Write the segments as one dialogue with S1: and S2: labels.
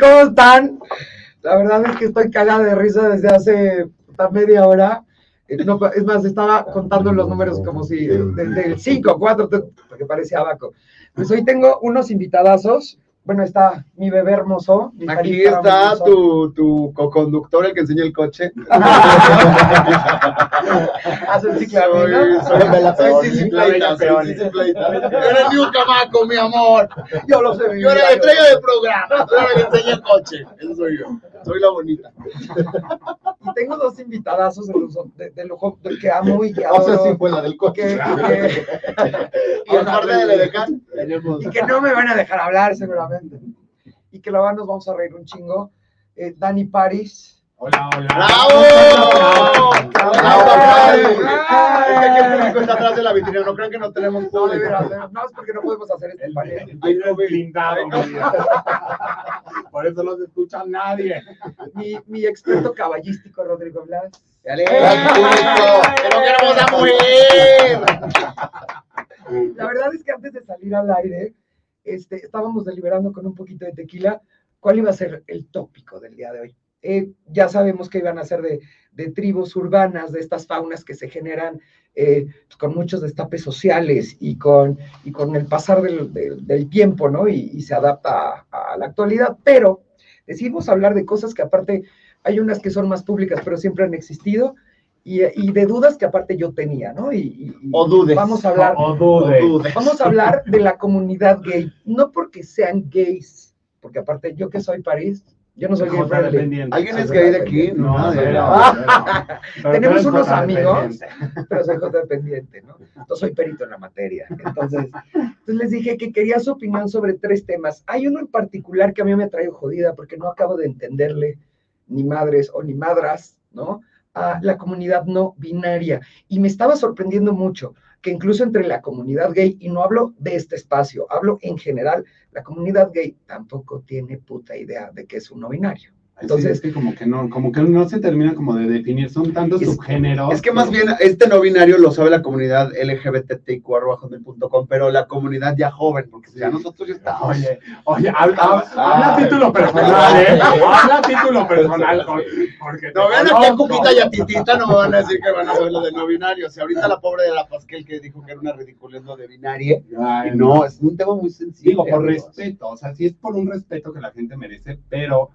S1: ¿Cómo están? La verdad es que estoy cagada de risa desde hace puta media hora. Eh, no, es más, estaba contando los números como si eh, desde el 5, 4, que parecía abaco. Pues hoy tengo unos invitadazos. Bueno, está mi bebé hermoso. mi
S2: Aquí
S1: carita
S2: está
S1: hermosa.
S2: tu, tu co-conductor, el que enseña el coche.
S3: Ah,
S1: Hace el
S2: Soy,
S1: ciclo, ¿no?
S2: soy-
S4: La bella
S2: soy
S4: peón.
S2: ciciclaita,
S4: La bella
S2: soy
S4: peón.
S2: ciciclaita. Eres mi un chamaco, mi amor.
S1: Yo lo sé. mi
S2: Yo era la
S1: vida,
S2: estrella del programa. Tú eres el que enseña el coche. Eso soy yo. Soy la bonita.
S1: Y tengo dos invitadazos de, lujo- de- de lujo de que amo y que
S4: O sea,
S1: adoro.
S4: sí fue la del
S1: que,
S4: coche.
S1: que-
S2: Y aparte de Ledecan, tenemos.
S1: y que no me van a dejar hablar seguramente. Y que la verdad nos vamos a reír un chingo. Eh, Dani Paris.
S3: Hola, hola.
S2: ¡Bravo! ¡Bravo,
S1: ¡Bravo!
S2: compadre!
S1: ¡Bravo!
S2: Es que aquí el público está atrás de la vitrina. No crean que no tenemos
S1: No, de veras, de
S2: público.
S1: veras, no es porque no podemos hacer este panel.
S3: El vidrio es blindado, mi vida. Por eso no se escucha nadie.
S1: Mi, mi experto caballístico, Rodrigo Blas.
S2: ¡Dale! ¡Al público! ¡Que no queremos a mujer!
S1: La verdad es que antes de salir al aire, este, estábamos deliberando con un poquito de tequila cuál iba a ser el tópico del día de hoy. Eh, ya sabemos que iban a ser de, de tribus urbanas, de estas faunas que se generan eh, pues, con muchos destapes sociales y con, y con el pasar del, del- del tiempo, ¿no? Y, y se adapta a, a la actualidad, pero decidimos hablar de cosas que aparte hay unas que son más públicas, pero siempre han existido, y, y de dudas que aparte yo tenía, ¿no? Y, y- y
S2: O dudes.
S1: Vamos a hablar.
S3: O dude.
S1: Vamos a hablar de la comunidad gay, no porque sean gays, porque aparte yo que soy París, yo no soy gay
S3: Jota
S1: friendly,
S3: dependiente.
S2: ¿Alguien es gay de aquí?
S3: No,
S2: Nadie,
S3: cero,
S2: ¿no?
S3: cero. Pero
S1: Tenemos
S3: tú eres
S1: unos
S3: jota
S1: amigos.
S3: dependiente.
S1: pero soy codependiente, ¿no? Entonces soy perito en la materia. Entonces, entonces les dije que quería su opinión sobre tres temas. Hay uno en particular que a mí me trae jodida porque no acabo de entenderle ni madres o ni madras, ¿no? A la comunidad no binaria. Y me estaba sorprendiendo mucho que incluso entre la comunidad gay, y no hablo de este espacio, hablo en general, la comunidad gay tampoco tiene puta idea de qué es un no binario. Entonces-
S5: Entonces, es que como que no, como que no se termina como de definir, son tantos
S1: Es-
S3: Ah,
S5: subgéneros.
S2: Es que más bien este no binario lo sabe la comunidad LGBTQ.com, pero la comunidad ya joven, porque ya nosotros ya estamos.
S3: Oye, oye, habla, habla- habla a título personal, ¿eh? Habla a título personal. con- Porque te
S2: ah, No vean aquí a
S3: conozco.
S2: Cuquita y a Titita, no me van a decir que van a saber lo de no binario. Si ahorita la pobre de la Pasquel que dijo que era una ridiculez lo de binario.
S5: Ay,
S2: Y no, es un tema muy sencillo.
S5: Digo, por
S2: amigos.
S5: respeto, o sea, sí es por un respeto que la gente merece, pero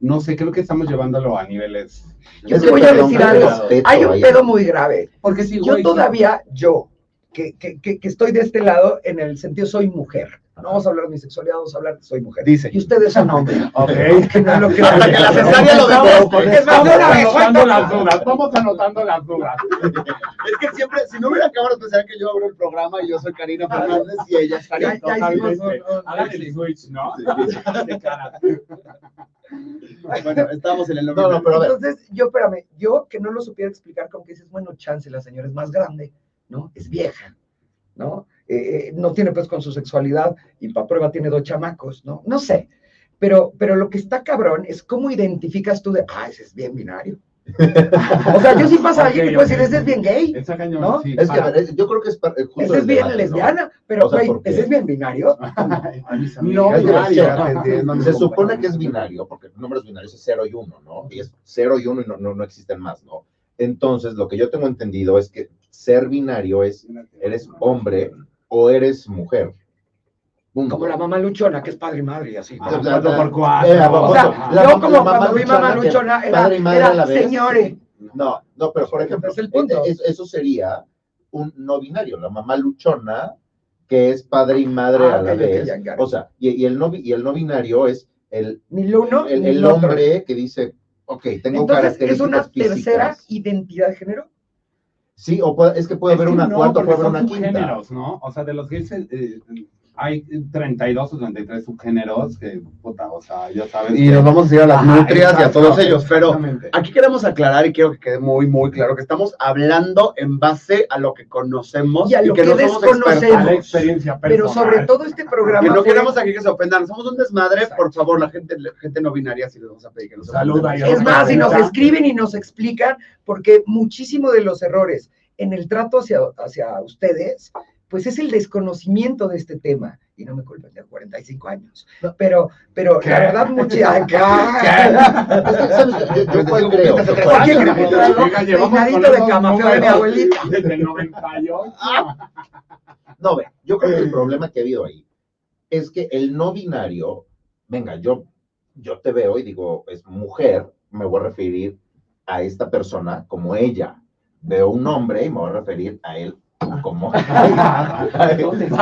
S5: no sé, creo que estamos llevándolo a niveles.
S1: Yo
S4: Es
S1: te voy
S4: que
S1: a
S4: perdón,
S1: decir
S4: pero
S1: algo.
S4: respeto,
S1: Hay un
S4: vaya.
S1: pedo muy grave.
S5: Porque si
S1: yo todavía, yo, que, que- que- que estoy de este lado, en el sentido soy mujer. No vamos a hablar de mi sexualidad, vamos a hablar de soy mujer.
S2: Dice.
S1: Y ustedes son hombres.
S3: Ok.
S1: Que no lo crean.
S2: Hasta que la cesárea lo demuestre.
S1: Es más,
S3: Vamos
S1: una vez,
S3: anotando las dudas, vamos anotando las dudas.
S2: Es que siempre, si no hubiera cámaras, pensaría que yo abro el programa y yo soy Karina Fernández y ella es
S1: Ya- ya
S2: Karina.
S1: hicimos un-
S3: Totalmente.
S1: un-
S3: Hagan el switch, ¿no? De cara.
S2: Bueno, estamos en el no
S4: No,
S2: binario.
S4: no, pero a ver.
S1: Entonces, yo, espérame, yo que no lo supiera explicar, como que dices, bueno, chance, la señora es más grande, ¿no? Es vieja, ¿no? Eh, eh, no tiene pues con su sexualidad y para prueba tiene dos chamacos, ¿no? No sé. Pero, pero lo que está cabrón es cómo identificas tú de, ah, ese es bien binario. o sea, yo sí pasa a alguien
S3: Ok,
S1: que puede
S3: ok.
S1: decir, ese es bien gay.
S5: Esa cañón,
S1: ¿No?
S5: sí.
S4: Es que, a
S5: para-
S4: ver, es- yo creo que es par- eh, justo
S1: Ese es
S4: el
S1: bien
S4: debate, ¿no?
S1: lesbiana, pero
S4: O sea,
S1: güey,
S4: ¿por qué?
S1: ese es bien binario.
S5: Ay, mis
S3: No,
S5: amigas,
S4: Es que
S5: gracias.
S4: la-
S2: te entiendo, mi
S4: Se supone
S2: compañero.
S4: que es binario, porque números binarios es 0 y 1, ¿no? Y es 0 y 1 y no, no, no existen más, ¿no? Entonces, lo que yo tengo entendido es que ser binario es, eres hombre o eres mujer. Punto.
S1: Como la mamá luchona, que es padre y madre y así.
S4: Ah,
S1: ¿no?
S3: Cuatro por cuatro.
S4: Eh, a
S1: o
S4: poco-
S1: sea,
S4: la-
S1: yo
S4: la
S1: como
S4: mamá
S1: cuando vi mamá
S4: luchona que
S1: luchona, era,
S4: padre y madre
S1: era,
S4: a la vez.
S1: señores.
S4: No, no, pero por ejemplo,
S1: Es el punto.
S4: e- es- eso sería un no binario, la mamá luchona, que es padre y madre
S1: Ah,
S4: a la
S1: ok, ok,
S4: vez.
S1: ya, ya.
S4: O sea, y, y el no, bi- y el no binario es el,
S1: Ni el uno,
S4: el,
S1: ni
S4: el
S1: el otro.
S4: hombre que dice, ok, tengo
S1: Entonces,
S4: características
S1: es una tercera
S4: físicas.
S1: identidad de género.
S4: Sí, o puede- es que puede
S5: Es
S4: haber
S5: que
S4: una
S5: no,
S4: cuarta, puede
S5: porque
S4: haber una
S5: son
S4: quinta.
S5: subgéneros, ¿no? O sea, de los gays eh, eh, hay 32 o 33 subgéneros que, puta, o sea, ya sabes.
S2: Y
S5: que-
S2: nos vamos a ir a las
S5: Ajá,
S2: nutrias y a
S5: exacto,
S2: todos ellos, pero
S5: exactamente.
S2: Aquí queremos aclarar y quiero que quede muy, muy claro que estamos hablando en base a lo que conocemos
S1: Y a lo que
S3: A
S1: desconocemos.
S3: la experiencia
S1: Pero
S3: personal.
S1: sobre todo este programa.
S2: Que no
S1: fue-
S2: queremos aquí que se ofendan. Somos un desmadre, por favor, la gente, la gente no binaria, si les vamos a pedir que nos
S3: Saluda y
S1: Es más, si nos
S3: Ahorita.
S1: escriben y nos explican, porque muchísimo de los errores en el trato hacia, hacia ustedes, pues es el desconocimiento de este tema. y no me culpen, tengo 45 años. Pero, pero la verdad, mucha acá.
S4: Es que, ¿sabes? Yo, yo cuál
S2: Digo,
S4: creo.
S2: pítate
S4: Yo
S2: tres
S4: cuál
S1: Cualquier
S4: creo.
S1: grafito de boca, peinadito de camafeo de mi abuelita.
S3: Desde el 98.
S4: No, ve, yo creo que el problema que ha habido ahí es que el no binario, venga, yo, yo te veo y digo, es mujer, me voy a referir a esta persona como ella. Veo un hombre y me voy a referir a él como
S3: ¿Para dónde,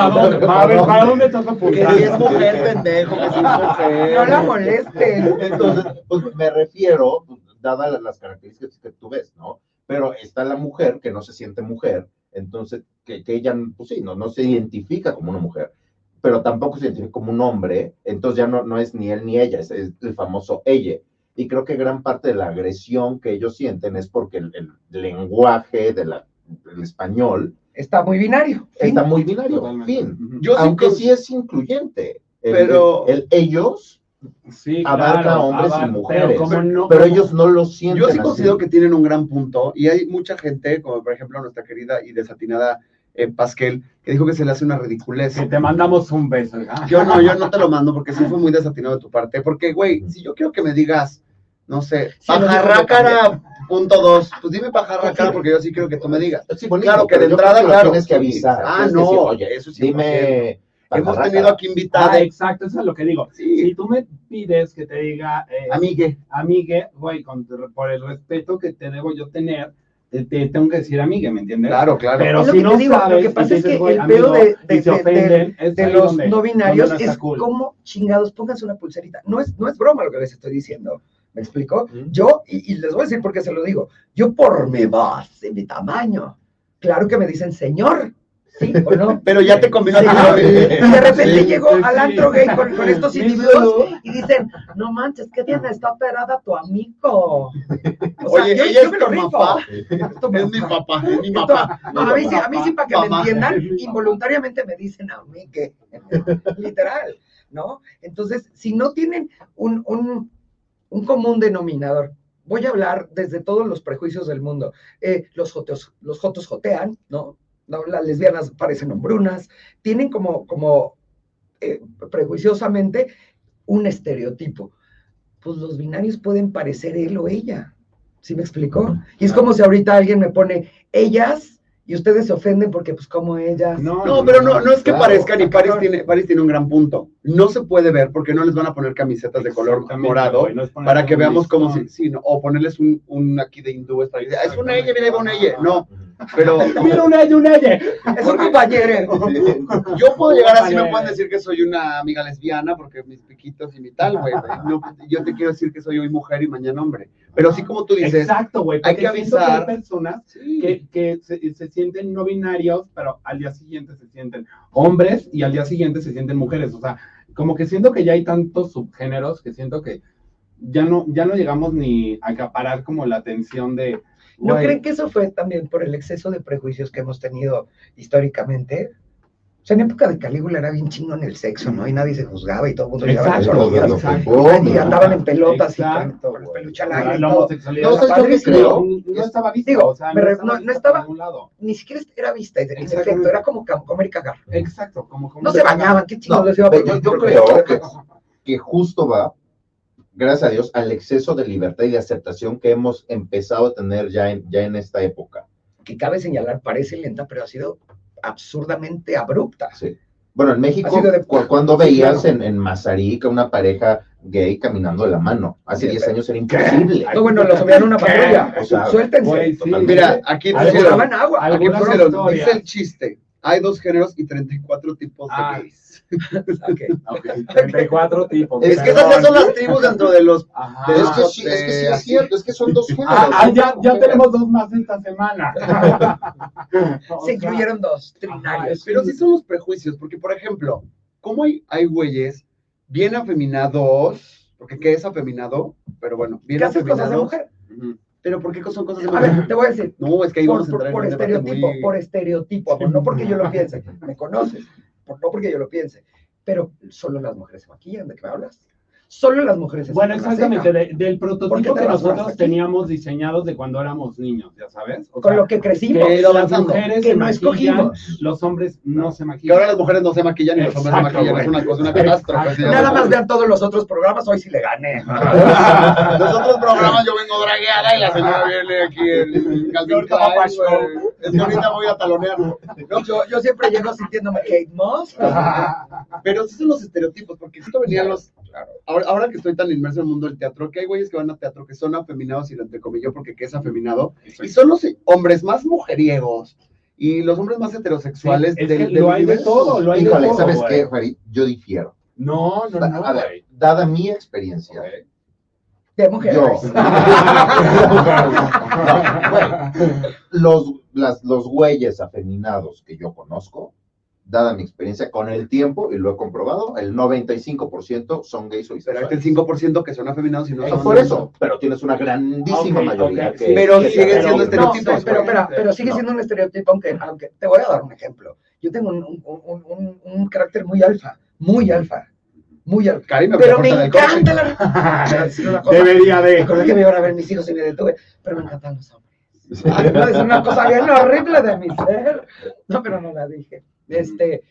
S3: a ver, ¿para dónde estás
S6: Que si es
S3: apuntando?
S6: mujer, pendejo, que si es mujer.
S1: No la molesten.
S4: Entonces, pues me refiero, pues, dadas la- las características que tú ves, ¿no? Pero está la mujer que no se siente mujer, entonces, que, que ella, pues sí, no, no se identifica como una mujer, pero tampoco se identifica como un hombre, entonces ya no, no es ni él ni ella, es, es el famoso ella. Y creo que gran parte de la agresión que ellos sienten es porque el, el lenguaje del español
S1: Está muy binario. fin.
S4: está muy binario,
S5: Totalmente.
S4: fin.
S5: Ujú.
S6: Yo sí
S4: Aunque
S6: creo-
S4: sí es incluyente. El-
S6: Pero-
S4: el- el ellos
S3: Sí,
S4: Abarca hombres y
S3: abarca,
S4: mujeres,
S3: Pero, como no,
S4: pero ellos no lo sienten.
S2: Yo sí
S4: así.
S2: considero que tienen un gran punto y hay mucha gente, como por ejemplo nuestra querida y desatinada eh, Pasquel, que dijo que se le hace una ridiculez.
S3: que te mandamos un beso. hija.
S2: Yo no, yo no te lo mando porque sí fue muy desatinado de tu parte. Porque, güey, si yo quiero que me digas, no sé,
S6: Sí, lo dijo
S2: pajarrácara punto dos, pues dime pajarrácara porque yo sí quiero que tú me digas.
S4: Sí, bonito,
S2: Claro, que de
S4: pero yo creo
S2: entrada,
S4: lo
S2: claro.
S4: Tienes que avisar.
S2: Ah,
S4: tienes que
S2: no,
S4: decir, oye,
S2: eso sí.
S4: dime.
S2: Hemos
S4: pajarraca.
S2: tenido aquí
S3: Ah,
S2: invitados.
S3: exacto, eso es lo que digo.
S2: Sí,
S3: Si tú me pides que te diga, eh,
S2: amigue.
S3: amigue, güey, con- por el respeto que te debo yo tener, te, te tengo que decir amigue, ¿me entiendes?
S2: Claro, claro.
S3: Pero
S1: Es lo
S3: si
S1: que
S3: no
S1: te digo, lo
S3: sabes,
S1: que pasa es
S3: y dices,
S1: que
S3: "Güey,
S1: el
S3: amigo",
S1: pedo de-
S3: y
S1: de-
S3: se
S1: de-
S3: ofenden, es
S1: de
S3: ahí
S1: los
S3: donde-
S1: no binarios
S3: donde no
S1: es
S3: está cool.
S1: como chingados, pónganse una pulserita. No es, no es broma lo que les estoy diciendo. ¿Me explico?
S4: Mm.
S1: Yo, y, y les voy a decir por qué se lo digo, yo por mi voz y mi tamaño, claro que me dicen señor, ¿sí o no?
S2: Pero ya te combinó.
S1: Señor, y de repente
S3: Sí,
S1: llegó
S3: sí,
S1: al
S3: sí.
S1: antro gay con, con estos
S3: Sí,
S1: individuos
S3: solo.
S1: y dicen, no manches, ¿qué
S3: Ah.
S1: tiene? Está operada tu amigo. O sea,
S2: Oye,
S1: yo,
S2: ella
S1: yo
S2: es
S1: me lo
S2: tu
S1: rifo.
S2: papá.
S1: Tu
S2: Es mi
S1: papá.
S2: papá, es mi
S1: Entonces,
S2: papá.
S1: a mí sí, a mí sí, para que me
S2: Mamá.
S1: entiendan, involuntariamente me dicen a mí que, literal, ¿no? Entonces, si no tienen un, un, un común denominador, voy a hablar desde todos los prejuicios del mundo. Eh, los, joteos, los jotos jotean, ¿no? ¿no? Las lesbianas parecen hombrunas, tienen como, como eh, prejuiciosamente un estereotipo. Pues los binarios pueden parecer él o ella. ¿Sí me explicó? Y es como si ahorita alguien me pone ellas y ustedes se ofenden porque, pues, como ellas.
S2: No, pero no, no es que
S4: Claro.
S2: parezcan y Paris tiene, Paris tiene un gran punto. No se puede ver porque no les van a poner camisetas de color
S3: Exactamente,
S2: morado
S3: güey, no es poner
S2: para que
S3: un
S2: veamos cómo
S3: listón.
S2: si, sí, no, o ponerles un, un aquí de hindú. esta- ah, Es una ella, mira, ahí va una ella. No,
S4: Ah,
S2: pero
S3: Mira un año, un año.
S1: Es un compañero.
S2: yo puedo llegar así, me pueden decir que soy una amiga lesbiana porque mis piquitos y mi tal, güey. No, yo te quiero decir que soy hoy mujer y mañana hombre. Pero así como tú dices,
S3: Exacto, güey.
S2: hay
S3: porque
S2: que
S3: siento
S2: avisar.
S3: hay personas
S2: sí,
S3: que, que se, se sienten no binarios, pero al día siguiente se sienten hombres y al día siguiente se sienten mujeres. O sea, como que siento que ya hay tantos subgéneros que siento que ya no, ya no llegamos ni a acaparar como la atención de.
S1: ¿No
S3: güey,
S1: creen que eso fue también por el exceso de prejuicios que hemos tenido históricamente? O sea, en época de Calígula era bien chingón el sexo, ¿no? Y nadie se juzgaba y todo el mundo llevaba las
S3: Exacto,
S1: orgías.
S3: exacto.
S1: Y andaban en pelotas y
S3: Exacto,
S1: con, con los
S3: güey.
S1: peluchalagas y
S3: la
S1: todo.
S3: homosexualidad.
S1: No,
S3: está
S1: ¿sabes lo que
S3: padrísimo.
S4: creo?
S3: No estaba visto,
S1: Digo,
S3: o sea,
S1: pero no-
S3: visto
S1: no estaba-
S3: por ningún lado.
S1: Ni siquiera era vista, en
S3: Exactamente.
S1: efecto, era como cam- comer y cagar.
S3: Exacto, como, como
S1: No se bañaban, qué chingados les iba a
S4: pero
S1: poner?
S4: yo- yo creo que- Que justo va, gracias a Dios, al exceso de libertad y de aceptación que hemos empezado a tener ya en, ya en esta época.
S1: que cabe señalar, parece lenta, pero ha sido absurdamente abrupta.
S4: Bueno, en
S1: Ha
S4: México,
S1: sido de-
S4: cu- cuando
S1: Sí,
S4: veías
S1: claro.
S4: en, en Mazarí que una pareja gay caminando de la mano, hace
S1: Sí,
S4: 10
S1: pero-
S4: años era imposible.
S1: No, bueno, los subieron a una
S3: ¿Qué?
S1: patrulla.
S4: O sea,
S1: Suéltense.
S3: Güey, sí.
S4: Totalmente.
S2: mira, aquí
S1: Les
S3: Algunas-
S2: pusieron,
S1: daban agua.
S2: aquí
S3: algunas
S2: pusieron,
S3: historias.
S2: dice el chiste. Hay dos géneros y 34 tipos de
S3: Ah,
S2: gays.
S1: Ok.
S3: ok, 34 tipos.
S2: Es que esas ya son las tribus dentro de los
S3: Ajá.
S2: de
S4: es que
S2: esos-
S4: sí, es que sí
S2: eh,
S4: es cierto, es que son dos géneros.
S3: Ah, ah, ya, ya tenemos dos más esta semana. O
S1: Se
S3: sea,
S1: incluyeron dos trinarios.
S2: Pero sí son los prejuicios, porque por ejemplo, ¿cómo hay, hay güeyes bien afeminados? Porque ¿qué es afeminado? Pero bueno, bien
S1: ¿Qué haces cosas de
S2: afeminados.
S1: mujer?
S2: Pero ¿por qué son cosas de
S1: A
S2: mujer?
S1: ver, te voy a decir.
S2: No, es que ahí
S1: Por,
S2: vamos a
S1: por-
S2: entrar
S1: por
S2: en un debate
S1: estereotipo,
S2: muy-
S1: por estereotipo, amor, no porque yo lo piense, me conoces, por- no porque yo lo piense, pero solo las mujeres se maquillan, ¿de qué me hablas? solo las mujeres.
S3: Bueno,
S1: hacen
S3: exactamente,
S1: raseta.
S3: de- del
S1: Porque
S3: prototipo
S1: te
S3: que
S1: las
S3: nosotros
S1: guardas aquí.
S3: teníamos diseñados de cuando éramos niños, ya sabes. O
S1: Con
S3: sea,
S1: lo que crecimos,
S3: que
S2: ido
S3: las
S2: avanzando,
S3: mujeres
S1: que
S3: se
S1: no
S3: maquillan,
S1: escogimos.
S3: los hombres no se
S2: Que ahora
S3: maquillan.
S2: las mujeres no se maquillan y los hombres se
S3: Exacto,
S2: maquillan.
S3: güey.
S2: Es una cosa, una catástrofe.
S3: Exacto.
S2: sí,
S1: Nada
S2: güey.
S1: más vean todos los otros programas, hoy sí le gané.
S2: Los otros programas yo vengo dragueada y la señora viene aquí en Calvin
S1: Ahorita va
S2: Klein,
S1: pa'
S2: güey. Es que ahorita voy a talonear.
S1: No, Yo, yo siempre llego sintiéndome Kate Moss.
S2: Pero sí son los estereotipos, porque esto venían los... Ahora, ahora que estoy tan inmerso en el mundo del teatro, que hay güeyes que van a teatro que son afeminados y lo entrecomillo porque que es afeminado. Y son los hombres más mujeriegos y los hombres más heterosexuales
S3: Sí, es
S2: del,
S3: que
S2: del
S3: lo hay de
S2: universo.
S3: todo, lo hay de
S4: Híjole,
S3: todo,
S4: ¿sabes
S3: güey.
S4: qué, Farid? Yo difiero.
S3: No, no,
S4: Da-
S3: no.
S4: a ver,
S3: güey.
S4: dada mi experiencia,
S1: De mujeres.
S4: yo. No, güey. los, las, los güeyes afeminados que yo conozco, dada mi experiencia con el tiempo, y lo he comprobado, el 95% son gays o
S2: Pero hay
S4: bisexuales.
S2: el 5% que son afeminados y no
S4: Eh,
S2: son...
S4: por eso, pero tienes una grandísima
S3: Ok,
S4: mayoría
S3: ok,
S4: que...
S3: sí.
S2: Pero
S4: que-
S2: siguen
S4: que-
S2: siendo
S4: no,
S2: estereotipos,
S1: No, pero, pero,
S3: obviamente.
S1: pero sigue
S4: No.
S1: siendo un estereotipo, aunque, aunque te voy a dar un ejemplo. Yo tengo un, un- un- un- un carácter muy alfa, muy alfa, muy alfa.
S2: Cari, me
S1: Pero
S2: voy a
S1: me
S2: cortar el coche.
S1: encanta la... Te voy a decir una cosa,
S3: Debería
S1: me
S3: de.
S1: acordé que me iban a ver mis hijos y me detuve, pero me encantan los hombres. No, es una cosa bien horrible de mi ser. No, pero no la dije. Este,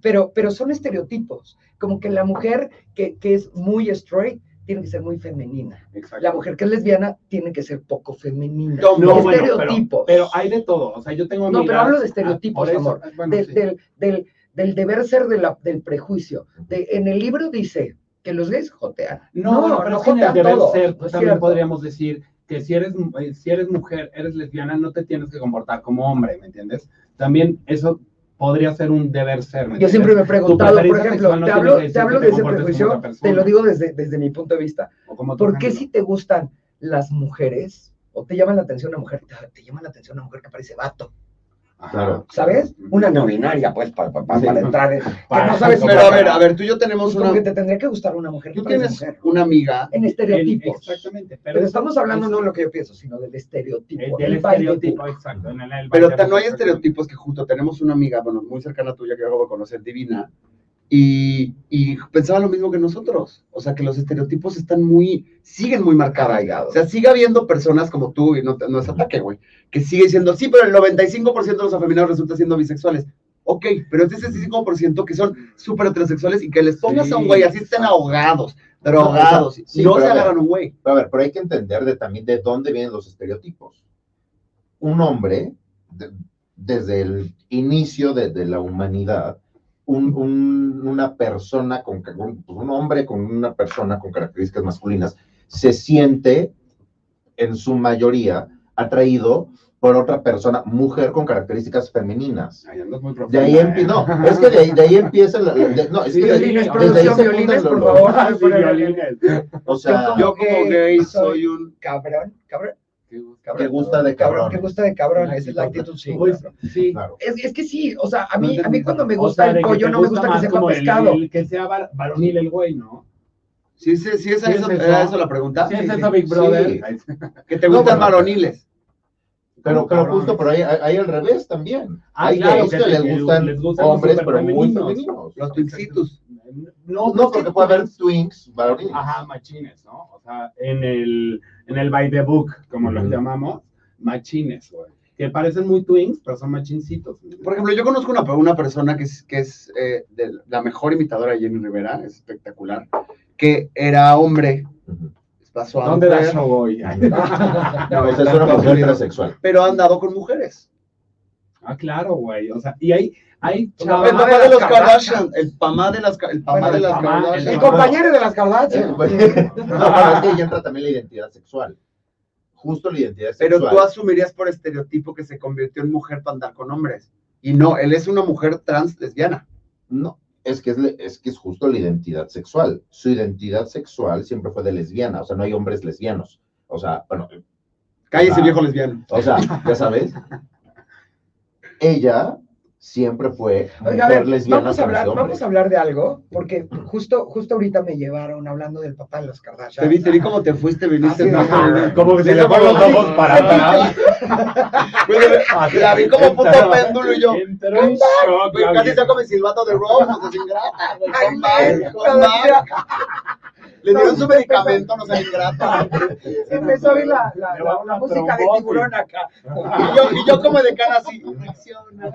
S1: pero, pero son estereotipos. Como que la mujer que, que es muy straight tiene que ser muy femenina.
S3: Exacto.
S1: La mujer que es lesbiana tiene que ser poco femenina.
S2: No,
S3: No, bueno, pero-
S1: estereotipos.
S3: Pero hay de todo. O sea, yo tengo
S1: No, pero
S3: amigas-
S1: hablo de estereotipos,
S3: Ah, por eso.
S1: amor.
S3: Ah, bueno,
S1: de-
S3: sí.
S1: del, del, del deber ser de la- del prejuicio. De, en el libro dice que los gays jotean.
S3: No, bueno, pero es que en el
S1: jotean
S3: deber
S1: todos,
S3: ser,
S1: no es
S3: también
S1: cierto.
S3: podríamos decir que si eres, eh, si eres mujer, eres lesbiana, no te tienes que comportar como hombre, ¿me entiendes? También eso podría ser un deber ser. ¿me
S1: Yo
S3: entiendes?
S1: siempre me he preguntado, por
S3: preferencia
S1: ejemplo,
S3: sexual no
S1: te
S3: tiene
S1: hablo,
S3: que decir
S1: te hablo de
S3: que te
S1: ese
S3: comportes como
S1: prejuicio,
S3: otra persona.
S1: te lo digo desde, desde mi punto de vista.
S3: O como tu
S1: ¿Por qué
S3: género.
S1: si te gustan las mujeres o te llama la atención una mujer, te, te llama la atención una mujer que parece vato?
S4: Claro.
S1: ¿Sabes? Una no binaria, pues, para, para,
S3: Sí.
S1: entrar en...
S3: Para-
S1: que no sabes...
S2: Pero a ver, a ver, tú y yo tenemos
S1: Pues
S2: una...
S1: como que te tendría que gustar una mujer que
S2: Tú
S1: parece
S2: tienes
S1: mujer.
S2: una amiga
S1: En
S3: El-
S1: estereotipos.
S3: Exactamente. Pero,
S1: Pero
S3: eso-
S1: estamos hablando
S3: eso-
S1: no de lo que yo pienso, sino del estereotipo.
S3: eh, del
S1: el baile.
S3: estereotipo, exacto. en el- el
S2: Pero
S3: baile,
S2: ta- no hay
S3: pues,
S2: estereotipos que justo tenemos una amiga, bueno, muy cercana tuya que acabo de conocer, divina, y, y pensaba lo mismo que nosotros. O sea, que los estereotipos están muy, siguen muy marcados. O sea, sigue habiendo personas como tú, y no, te- no es ataque, güey, que sigue siendo, sí, pero el 95% de los afeminados resulta siendo bisexuales. Ok, pero este es el 5% que son súper heterosexuales y que les pongas a un güey así estén ahogados, drogados,
S4: Sí,
S2: no
S4: pero
S2: se
S4: a ver.
S2: agarran un güey.
S4: Pero a ver, pero hay que entender de, también de dónde vienen los estereotipos. Un hombre, de- desde el inicio de, de la humanidad, un, un- una persona con ca- un, pues, un hombre con una persona con características masculinas, se siente en su mayoría atraído por otra persona, mujer con características femeninas.
S3: Ay, andas muy
S4: De ahí,
S3: profunda,
S4: empi-
S3: ¿eh?
S4: no, es que de ahí, de ahí empieza la, la- de- no, es
S3: Sí,
S4: que de-
S1: Violines,
S3: Desde ahí
S1: producción,
S4: se juntan
S1: violines, por
S4: los-
S1: favor.
S3: Ah, sí,
S1: Por el-
S3: violines.
S4: o sea,
S2: Yo como gay soy un
S1: Cabrón, cabrón,
S4: que
S1: cabrón.
S4: gusta de cabrón.
S1: Que gusta de cabrón, esa es la actitud, sí.
S3: Pues,
S1: cabrón.
S3: sí.
S4: Claro.
S1: Es, es que sí, o sea, a
S3: No
S1: mí,
S3: te-
S1: a mí cuando me
S3: o
S1: gusta
S3: sea, de
S1: el
S3: que
S1: pollo,
S3: te
S1: no me
S3: gusta
S1: gusta que
S3: más
S1: sepa
S3: como el-
S1: pescado.
S3: el que sea var- varonil el güey, ¿no?
S2: Sí, sí, sí, esa,
S3: ¿Sí es
S2: eso,
S3: eso?
S2: era eso la
S1: Ah,
S2: pregunta.
S3: Si es
S2: Sí, sí.
S3: eso, Big Brother.
S4: Sí.
S3: Ay,
S2: Que te
S4: No,
S2: gustan
S4: pero-
S2: varoniles.
S4: Pero,
S3: Como
S4: pero
S3: cabrones.
S4: justo por ahí, hay hay al revés también.
S3: Ah,
S4: hay
S3: claro,
S4: gays
S3: que
S4: que,
S3: te-
S4: les
S3: que
S4: gustan
S3: les gustan los
S4: hombres, pero muy
S3: superfemeninos.
S4: femeninos.
S2: Los twincitos.
S4: No,
S3: No,
S4: no,
S3: porque
S4: porque puede haber twins, varoniles.
S3: Ajá, machines, ¿no? O sea, en el, en el by the book, como los
S4: Ujú.
S3: llamamos, machines, güey. Que parecen muy twins, pero son machincitos.
S2: Por ejemplo, yo conozco una, una persona que es, que es eh, de la mejor imitadora de Jenny Rivera, es espectacular, que era hombre,
S4: Ujú.
S2: pasó a
S3: ¿Dónde
S2: mujer,
S3: da show hoy? Ay,
S4: No, o sea, es una mujer heterosexual.
S2: pero ha andado con mujeres.
S3: ah, claro, güey. O sea, y hay, hay
S1: No, mamá
S2: el
S3: chavas-
S2: papá
S1: de
S2: de los
S1: las
S2: Kardashian, el papá de las, Ka- el papá
S1: Bueno,
S2: de
S1: el
S2: las
S3: papá, el
S2: Kardashian.
S1: El
S3: papá.
S1: compañero de las
S4: Eh,
S1: Kardashian.
S4: pues, No, pero es que ahí entra también la identidad sexual. Justo la identidad
S2: Pero
S4: sexual.
S2: tú asumirías por estereotipo que se convirtió en mujer para andar con hombres. Y no, él es una mujer trans lesbiana.
S4: No, es que es, le- es que es justo la identidad sexual. Su identidad sexual siempre fue de lesbiana, o sea, no hay hombres lesbianos. O sea, bueno,
S2: Cállese,
S4: Ah.
S2: viejo lesbiano.
S4: o sea, ya sabes. Ella siempre fue
S1: Oiga, a ver,
S4: mujer lesbiana.
S1: vamos a, hablar,
S4: transhombre.
S1: vamos a hablar de algo, porque justo, justo ahorita me llevaron hablando del papá de las
S2: Te vi,
S1: Kardashian.
S2: te vi cómo te fuiste, viniste.
S1: Así
S2: ¿no?
S1: de-
S5: Como que se le ponen los ojos para atrás.
S2: Güey, La vi como puto péndulo y yo.
S3: Entró en shock,
S2: Güey,
S3: la
S2: casi
S3: vieja.
S2: saco mi silbato de Rose, o sea, sin grata, güey.
S1: Ay,
S2: Con Mac,
S1: no,
S2: con
S1: decía-
S2: Mac. Le dieron su medicamento, no se ingrata.
S1: Se empezó a oír la, la,
S3: Le va
S1: la-
S3: una
S1: la música de
S3: trombosis.
S1: tiburón acá.
S2: Y yo, y yo como de cara así, reacciona.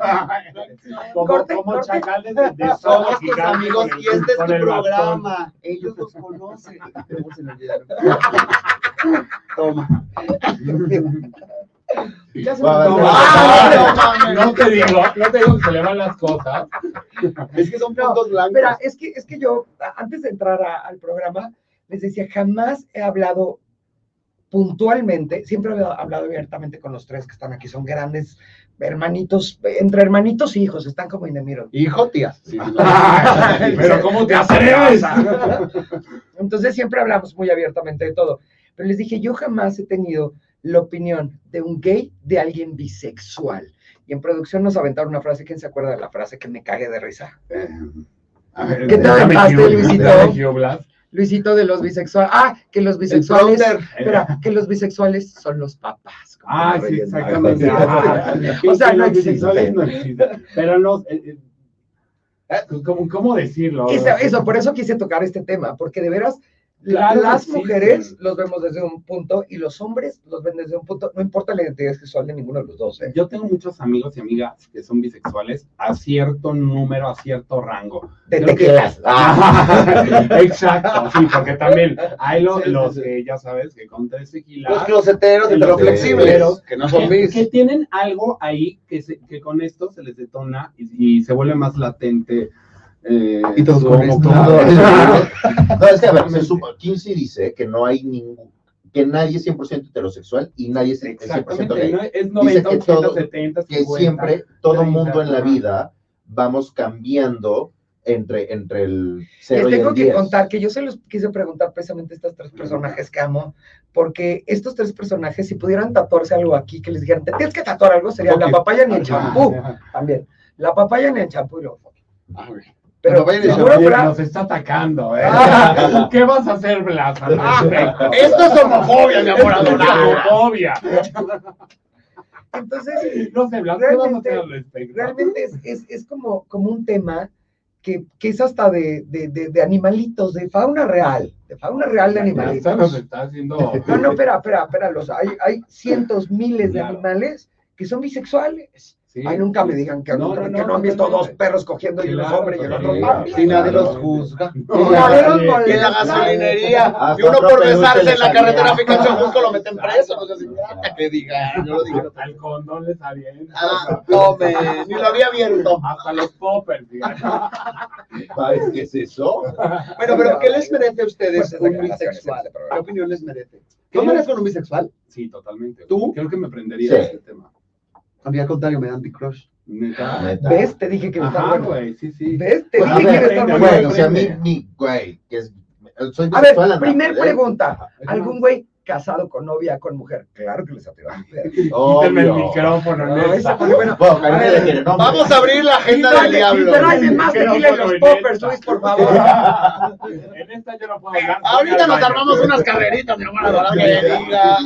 S3: Como,
S1: Corte,
S3: como
S1: corte.
S3: chacales de, de sol
S2: Somos tus
S3: gigante
S2: amigos
S3: con el-
S2: y este es tu
S3: con el bastón.
S2: programa. Ellos nos conocen. ¿Cómo se me olvidaron? Toma.
S1: Ya se
S4: Va,
S1: me
S3: No,
S1: olvidó.
S3: no, no, no, no te digo, no te digo que se le van las cosas.
S2: Es que son puntos blancos.
S1: Espera, es que, es que yo, a- antes de entrar a- al programa, les decía, jamás he hablado puntualmente, siempre he hablado- hablado abiertamente con los tres que están aquí, son grandes hermanitos, entre hermanitos y hijos, están como in the middle.
S2: Hijo, tías.
S3: Pero ¿cómo te atreves?
S1: Entonces siempre hablamos muy abiertamente de todo. Pero les dije, yo jamás he tenido la opinión de un gay de alguien bisexual. Y en producción nos aventaron una frase, ¿quién se acuerda de la frase que me cagué de risa?
S3: A ver,
S1: ¿Qué te
S3: déjame
S1: aventaste,
S3: Hugh-
S1: Luisito?
S3: déjame Hugh Blas.
S1: Luisito de los bisexuales. Ah, que los bisexuales.
S2: flounder.
S1: Espera, que los bisexuales son los papás. como
S3: Ah,
S1: lo
S3: sí,
S1: veían.
S3: exactamente.
S1: Ah,
S3: o
S1: sea,
S3: sea,
S1: no
S3: no
S1: existe.
S3: bisexuales no existen. Pero los. eh, eh, ¿Cómo, cómo decirlo?
S1: Eso, eso, por eso quise tocar este tema, porque de veras la-
S3: Claro,
S1: las
S3: sí.
S1: mujeres los vemos desde un punto y los hombres los ven desde un punto, no importa la identidad sexual de ninguno de los dos. ¿eh?
S3: Yo tengo muchos amigos y amigas que son bisexuales a cierto número, a cierto rango.
S1: Te ah,
S3: Creo que-
S1: tequilas.
S3: Ah. Exacto, sí, porque también hay lo-
S2: Sí, sí,
S3: los
S2: sí.
S3: que ya sabes que con tres tequilas.
S2: Los closeteros heteroflexibles.
S3: heteros.
S2: Que no son bis.
S3: que tienen algo ahí que, se- que con esto se les detona y, y se vuelve más latente. eh,
S2: Y todos
S3: su
S2: con esto.
S3: homofobia.
S4: No, es que a ver, se supo- Kinsey dice que no hay ningún, que nadie es 100% heterosexual y nadie es 100%
S3: Exactamente,
S4: gay.
S3: ¿no? es 90,
S4: que
S3: 80,
S4: todo-
S3: 70,
S4: que
S3: 50.
S4: siempre, todo
S3: 30,
S4: mundo en la
S3: ajá.
S4: vida, vamos cambiando entre, entre el
S1: Les
S4: 0 y
S1: tengo
S4: el
S1: que
S4: 10.
S1: contar que yo se los quise preguntar precisamente a estos tres personajes que amo, porque estos tres personajes, si pudieran tatuarse algo aquí, que les dijeran, te tienes que tatuar algo, sería la papaya ni el champú. También. La papaya ni el champú y lo
S2: Ah,
S1: Pero
S2: La papaya ni el
S1: si
S3: Oye,
S1: fuera- fuera-
S3: nos está atacando, ¿eh? ¿Qué vas a hacer, Blas? Ah, al
S4: Ah,
S3: respecto?
S2: Esto es homofobia, mi amor.
S3: Es homofobia.
S1: entonces
S3: No sé, Blas, ¿qué vas a
S1: Realmente-
S3: hacer al respecto?
S1: realmente es, es- es como, como un tema que, que es hasta de, de- de- de animalitos, de fauna real, de fauna real de
S3: Blas nos
S1: animalitos.
S3: está haciendo...
S1: No, no, espera, espera, espera, los, hay, hay cientos, miles de
S3: Claro.
S1: animales que son bisexuales.
S3: Sí.
S1: Ay, nunca me digan que que no,
S3: No, no, no,
S1: han visto dos
S3: totalmente.
S1: perros cogiendo y uno
S3: Claro,
S1: hombre y el otro
S3: sí,
S1: papi.
S2: Y nadie los juzga.
S3: No,
S1: Camareros
S3: sí.
S1: molestan.
S2: Y en la gasolinería.
S4: Ah,
S2: Y uno
S4: otro
S2: por
S4: peluche
S2: besarse
S4: le
S2: en la
S4: salía.
S2: carretera Picasso Jusco lo meten preso. No sé si trata que diga. Yo lo digo.
S3: Hasta el condón les avienta.
S2: Ah, no, me, ni lo había abierto.
S3: Hasta los poppers, fíjate.
S4: ¿Sabes qué es eso?
S2: Bueno, pero ¿qué les merece a
S1: Fuertes
S2: ustedes
S3: Pues,
S2: un
S1: declaraciones en
S2: bisexual?
S1: este programa.
S2: ¿Qué opinión les merece? ¿Tú andarías con un bisexual?
S3: Sí, totalmente.
S2: ¿Tú?
S3: Creo que me prendería
S4: Sí.
S3: este tema.
S2: A mí al contrario, me dan anti-crush.
S3: Neta.
S4: Ah, Neta.
S1: ¿Ves? Te dije que iba a estar
S3: Ajá,
S1: bueno.
S3: güey, sí, sí.
S1: ¿Ves? Te
S3: Pues,
S1: dije que iba a
S3: a ver,
S1: estar
S3: prende,
S1: bueno.
S4: Bueno, o sea, mi,
S3: prende.
S4: mi güey, que es, soy
S1: A ver,
S4: bisexual, Ana,
S1: primer
S4: ¿eh?
S1: pregunta.
S3: Es
S1: ¿Algún
S3: más-
S1: güey casado con novia, con mujer? Claro que les atiró.
S3: Quítame el
S4: Obvio.
S3: micrófono,
S1: No,
S3: neta.
S1: esa fue buena.
S4: Bueno, a nadie
S1: ver,
S4: le quiere, no, hombre.
S2: Vamos a abrir la agenda del diablo.
S1: Tráeme más
S3: Pero
S1: tequila y
S3: con
S1: los
S3: el
S1: poppers,
S3: neta.
S1: Luis, por favor.
S3: En esta yo no puedo hablar.
S2: Ahorita
S3: Voy
S2: nos
S3: al baño.
S2: armamos unas carreritas, mi amor, adorada que le diga.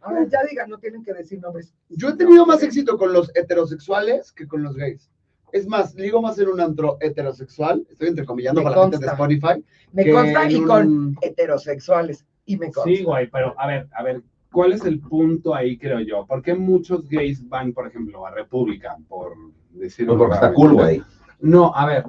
S1: Ahora ya digan, no tienen que decir nombres.
S2: Yo he tenido más éxito con los heterosexuales que con los gays. Es más, ligo más en un antro heterosexual, estoy entrecomillando
S1: Me
S2: para la
S1: consta.
S2: gente de Spotify.
S1: Me
S2: que
S1: consta y
S2: en
S1: con
S2: un-
S1: heterosexuales. Y me consta.
S3: Sí, güey, pero a ver, a ver, ¿cuál es el punto ahí, creo yo? ¿Por qué muchos gays van, por ejemplo, a República? Por decir.
S4: No, porque está cool, güey.
S3: No, a ver.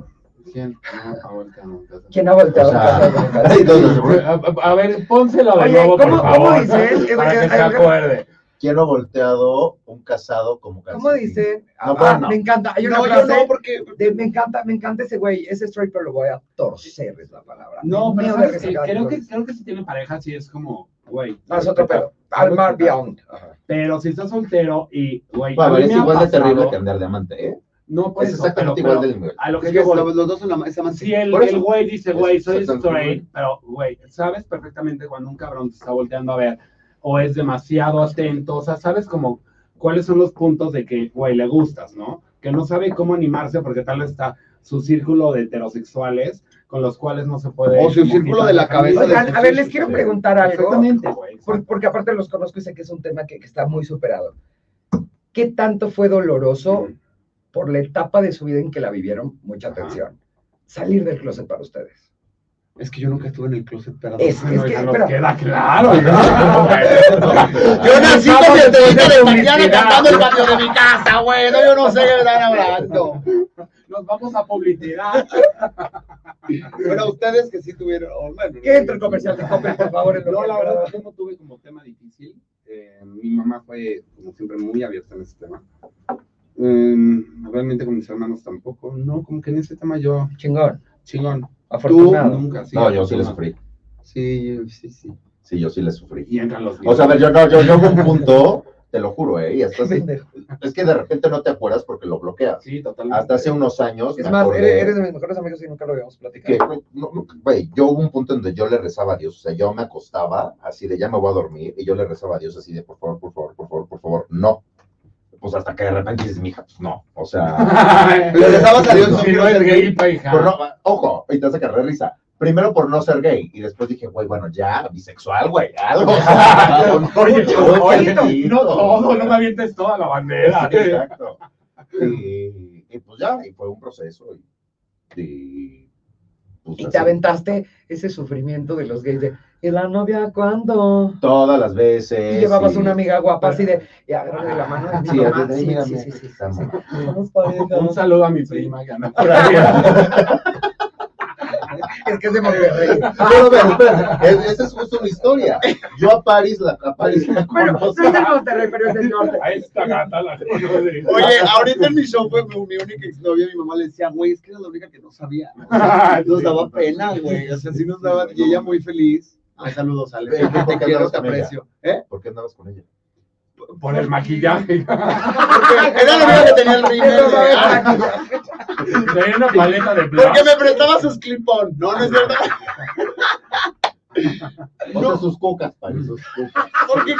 S3: ¿Quién? No, ahorita no, ahorita no.
S1: ¿Quién ha volteado?
S4: O sea, entonces,
S3: A, a- a ver, pónselo de
S1: Oye,
S3: nuevo,
S1: ¿cómo-
S3: por
S1: cómo
S3: favor.
S1: dices? Eh,
S3: Para
S1: eh,
S3: que se
S1: eh,
S3: acuerde.
S4: quiero volteado un casado como casado.
S1: ¿Cómo dicen?
S4: pues No,
S1: Ah,
S4: pero no.
S1: Me encanta. Hay una
S2: No, yo
S1: frase
S2: no, porque
S1: de me encanta, me encanta ese güey. Ese straight, pero lo voy a torcer, es la palabra.
S3: No,
S1: Me meo
S3: pero ¿sabes
S1: de
S3: qué?
S1: risa cada
S3: creo,
S1: vez
S3: que, creo que si tiene pareja, sí es como, güey.
S1: No, es otro pedo. Almar Beyond.
S3: Pero si estás soltero y, güey.
S4: Bueno, a
S3: a
S4: ver,
S3: mí
S4: es
S3: me ha
S4: igual de terrible
S3: pasado-
S4: que andar de amante, ¿eh?
S3: No, por
S4: Es
S3: eso, pero,
S4: exactamente igual
S3: pero
S4: del nivel.
S3: a lo que
S2: es que
S3: yo voy.
S2: los los dos son ama- se aman.
S3: Si el,
S2: Por
S3: el
S2: eso,
S3: güey dice, güey, soy
S4: Exactamente.
S3: straight, pero, güey, sabes perfectamente cuando un cabrón te está volteando a ver o es demasiado atento, o sea, sabes como cuáles son los puntos de que, güey, le gustas, ¿no? Que no sabe cómo animarse porque tal vez está su círculo de heterosexuales con los cuales no se puede...
S2: O su
S3: como
S2: círculo
S3: quitar
S2: de la cabeza de este,
S3: familia.
S1: Oigan, a ver, les quiero preguntar algo.
S3: Exactamente, güey.
S1: Por- porque aparte los conozco y sé que es un tema que, que está muy superado. ¿Qué tanto fue doloroso por la etapa de su vida en que la vivieron? Mucha
S3: Ajá.
S1: atención. Salir del closet para ustedes.
S2: Es que yo nunca estuve en el closet para
S1: Es, es
S3: Bueno,
S1: que,
S3: ya nos
S1: espera,
S3: queda claro. ¿no?
S2: Yo nací con mi estrellita de Humillana cantando el patio de mi casa, güey. No, yo no sé qué me están hablando.
S3: Nos vamos a publicidad.
S2: Pero ustedes que sí tuvieron. oh, bueno,
S1: que entre el comercial de Coppel, por favor. en lo
S3: No,
S1: que-
S3: la verdad es que no tuve como tema difícil. Eh, mi mamá fue, como siempre, muy abierta en ese tema. Mm, realmente con mis hermanos tampoco. No, como que en ese tema yo,
S1: Chingón,
S3: chingón. Tú
S1: afortunado.
S3: nunca, sí.
S4: No, yo sí le
S3: les
S4: sufrí.
S2: Sí, sí, sí.
S4: Sí, yo sí le sufrí.
S3: Y entran los
S4: O sea, a ver, yo no, yo, yo hubo un punto, te lo juro, ¿eh? Y hasta hace-
S1: Pendejo.
S4: es que de repente no te acuerdas porque lo bloqueas.
S3: Sí, totalmente.
S4: Hasta hace unos años.
S1: Es
S4: me
S1: más,
S4: acordé-
S1: eres, eres de mis mejores amigos y nunca lo habíamos platicado.
S4: que, no, no, güey, yo hubo un punto en donde yo le rezaba a Dios, o sea, yo me acostaba así de ya me voy a dormir y yo le rezaba a Dios así de por favor, por favor, por favor, por favor, no. Pues hasta que de repente dices, mija, pues no, o sea,
S2: Le rezabas a Dios.
S3: Si no eres gay, pa' hija.
S4: por no- ojo, y te hace cargar risa. Primero por no ser gay y después dije, güey, bueno, ya, bisexual, güey, algo. o sea, un poquito,
S3: no todo, no me avientes toda la bandera.
S4: Exacto. Y, y pues ya, y fue un proceso. Y, y, pues,
S1: Y
S4: así.
S1: te aventaste ese sufrimiento de los gays de, ¿y la novia cuándo?
S4: Todas las veces.
S1: Y llevabas
S4: y-
S1: una amiga guapa así de, y agarrarle la mano de
S4: Eh, Sí,
S1: mi mamá.
S4: ahí,
S1: Sí,
S4: mírame,
S1: sí, sí, sí.
S4: estamos.
S1: Vamos pariendo.
S3: Un saludo a mi prima que anda por ahí.
S1: Es que es de Monterrey.
S4: Pero, pero, espera, es- esa es justo una historia. Yo a París la, a París la
S1: Bueno, no
S4: conozco.
S1: es de Monterrey, pero es del norte.
S3: A esta gata la conoce.
S2: Oye, ahorita en mi show fue mi mi única exnovia, mi mamá le decía, güey, es que era la única que no sabía. Nos daba pena, güey. O sea, sí nos daba. Y ella muy feliz. Ay, saludos, Ale.
S4: Ve, ¿por qué
S2: Te quiero,
S4: andabas
S2: te
S4: con ella?
S2: aprecio. ¿Eh?
S4: ¿Por qué andabas con ella?
S3: Por el maquillaje.
S2: Porque era la única que tenía el
S1: Pero,
S2: rímel.
S1: ¿sabes?
S2: güey.
S3: Tenía una paleta de blanco.
S2: Porque me prestaba sus clipón. No, no es verdad.
S4: O sea, sus cocas, París, sus cocas.
S2: Porque.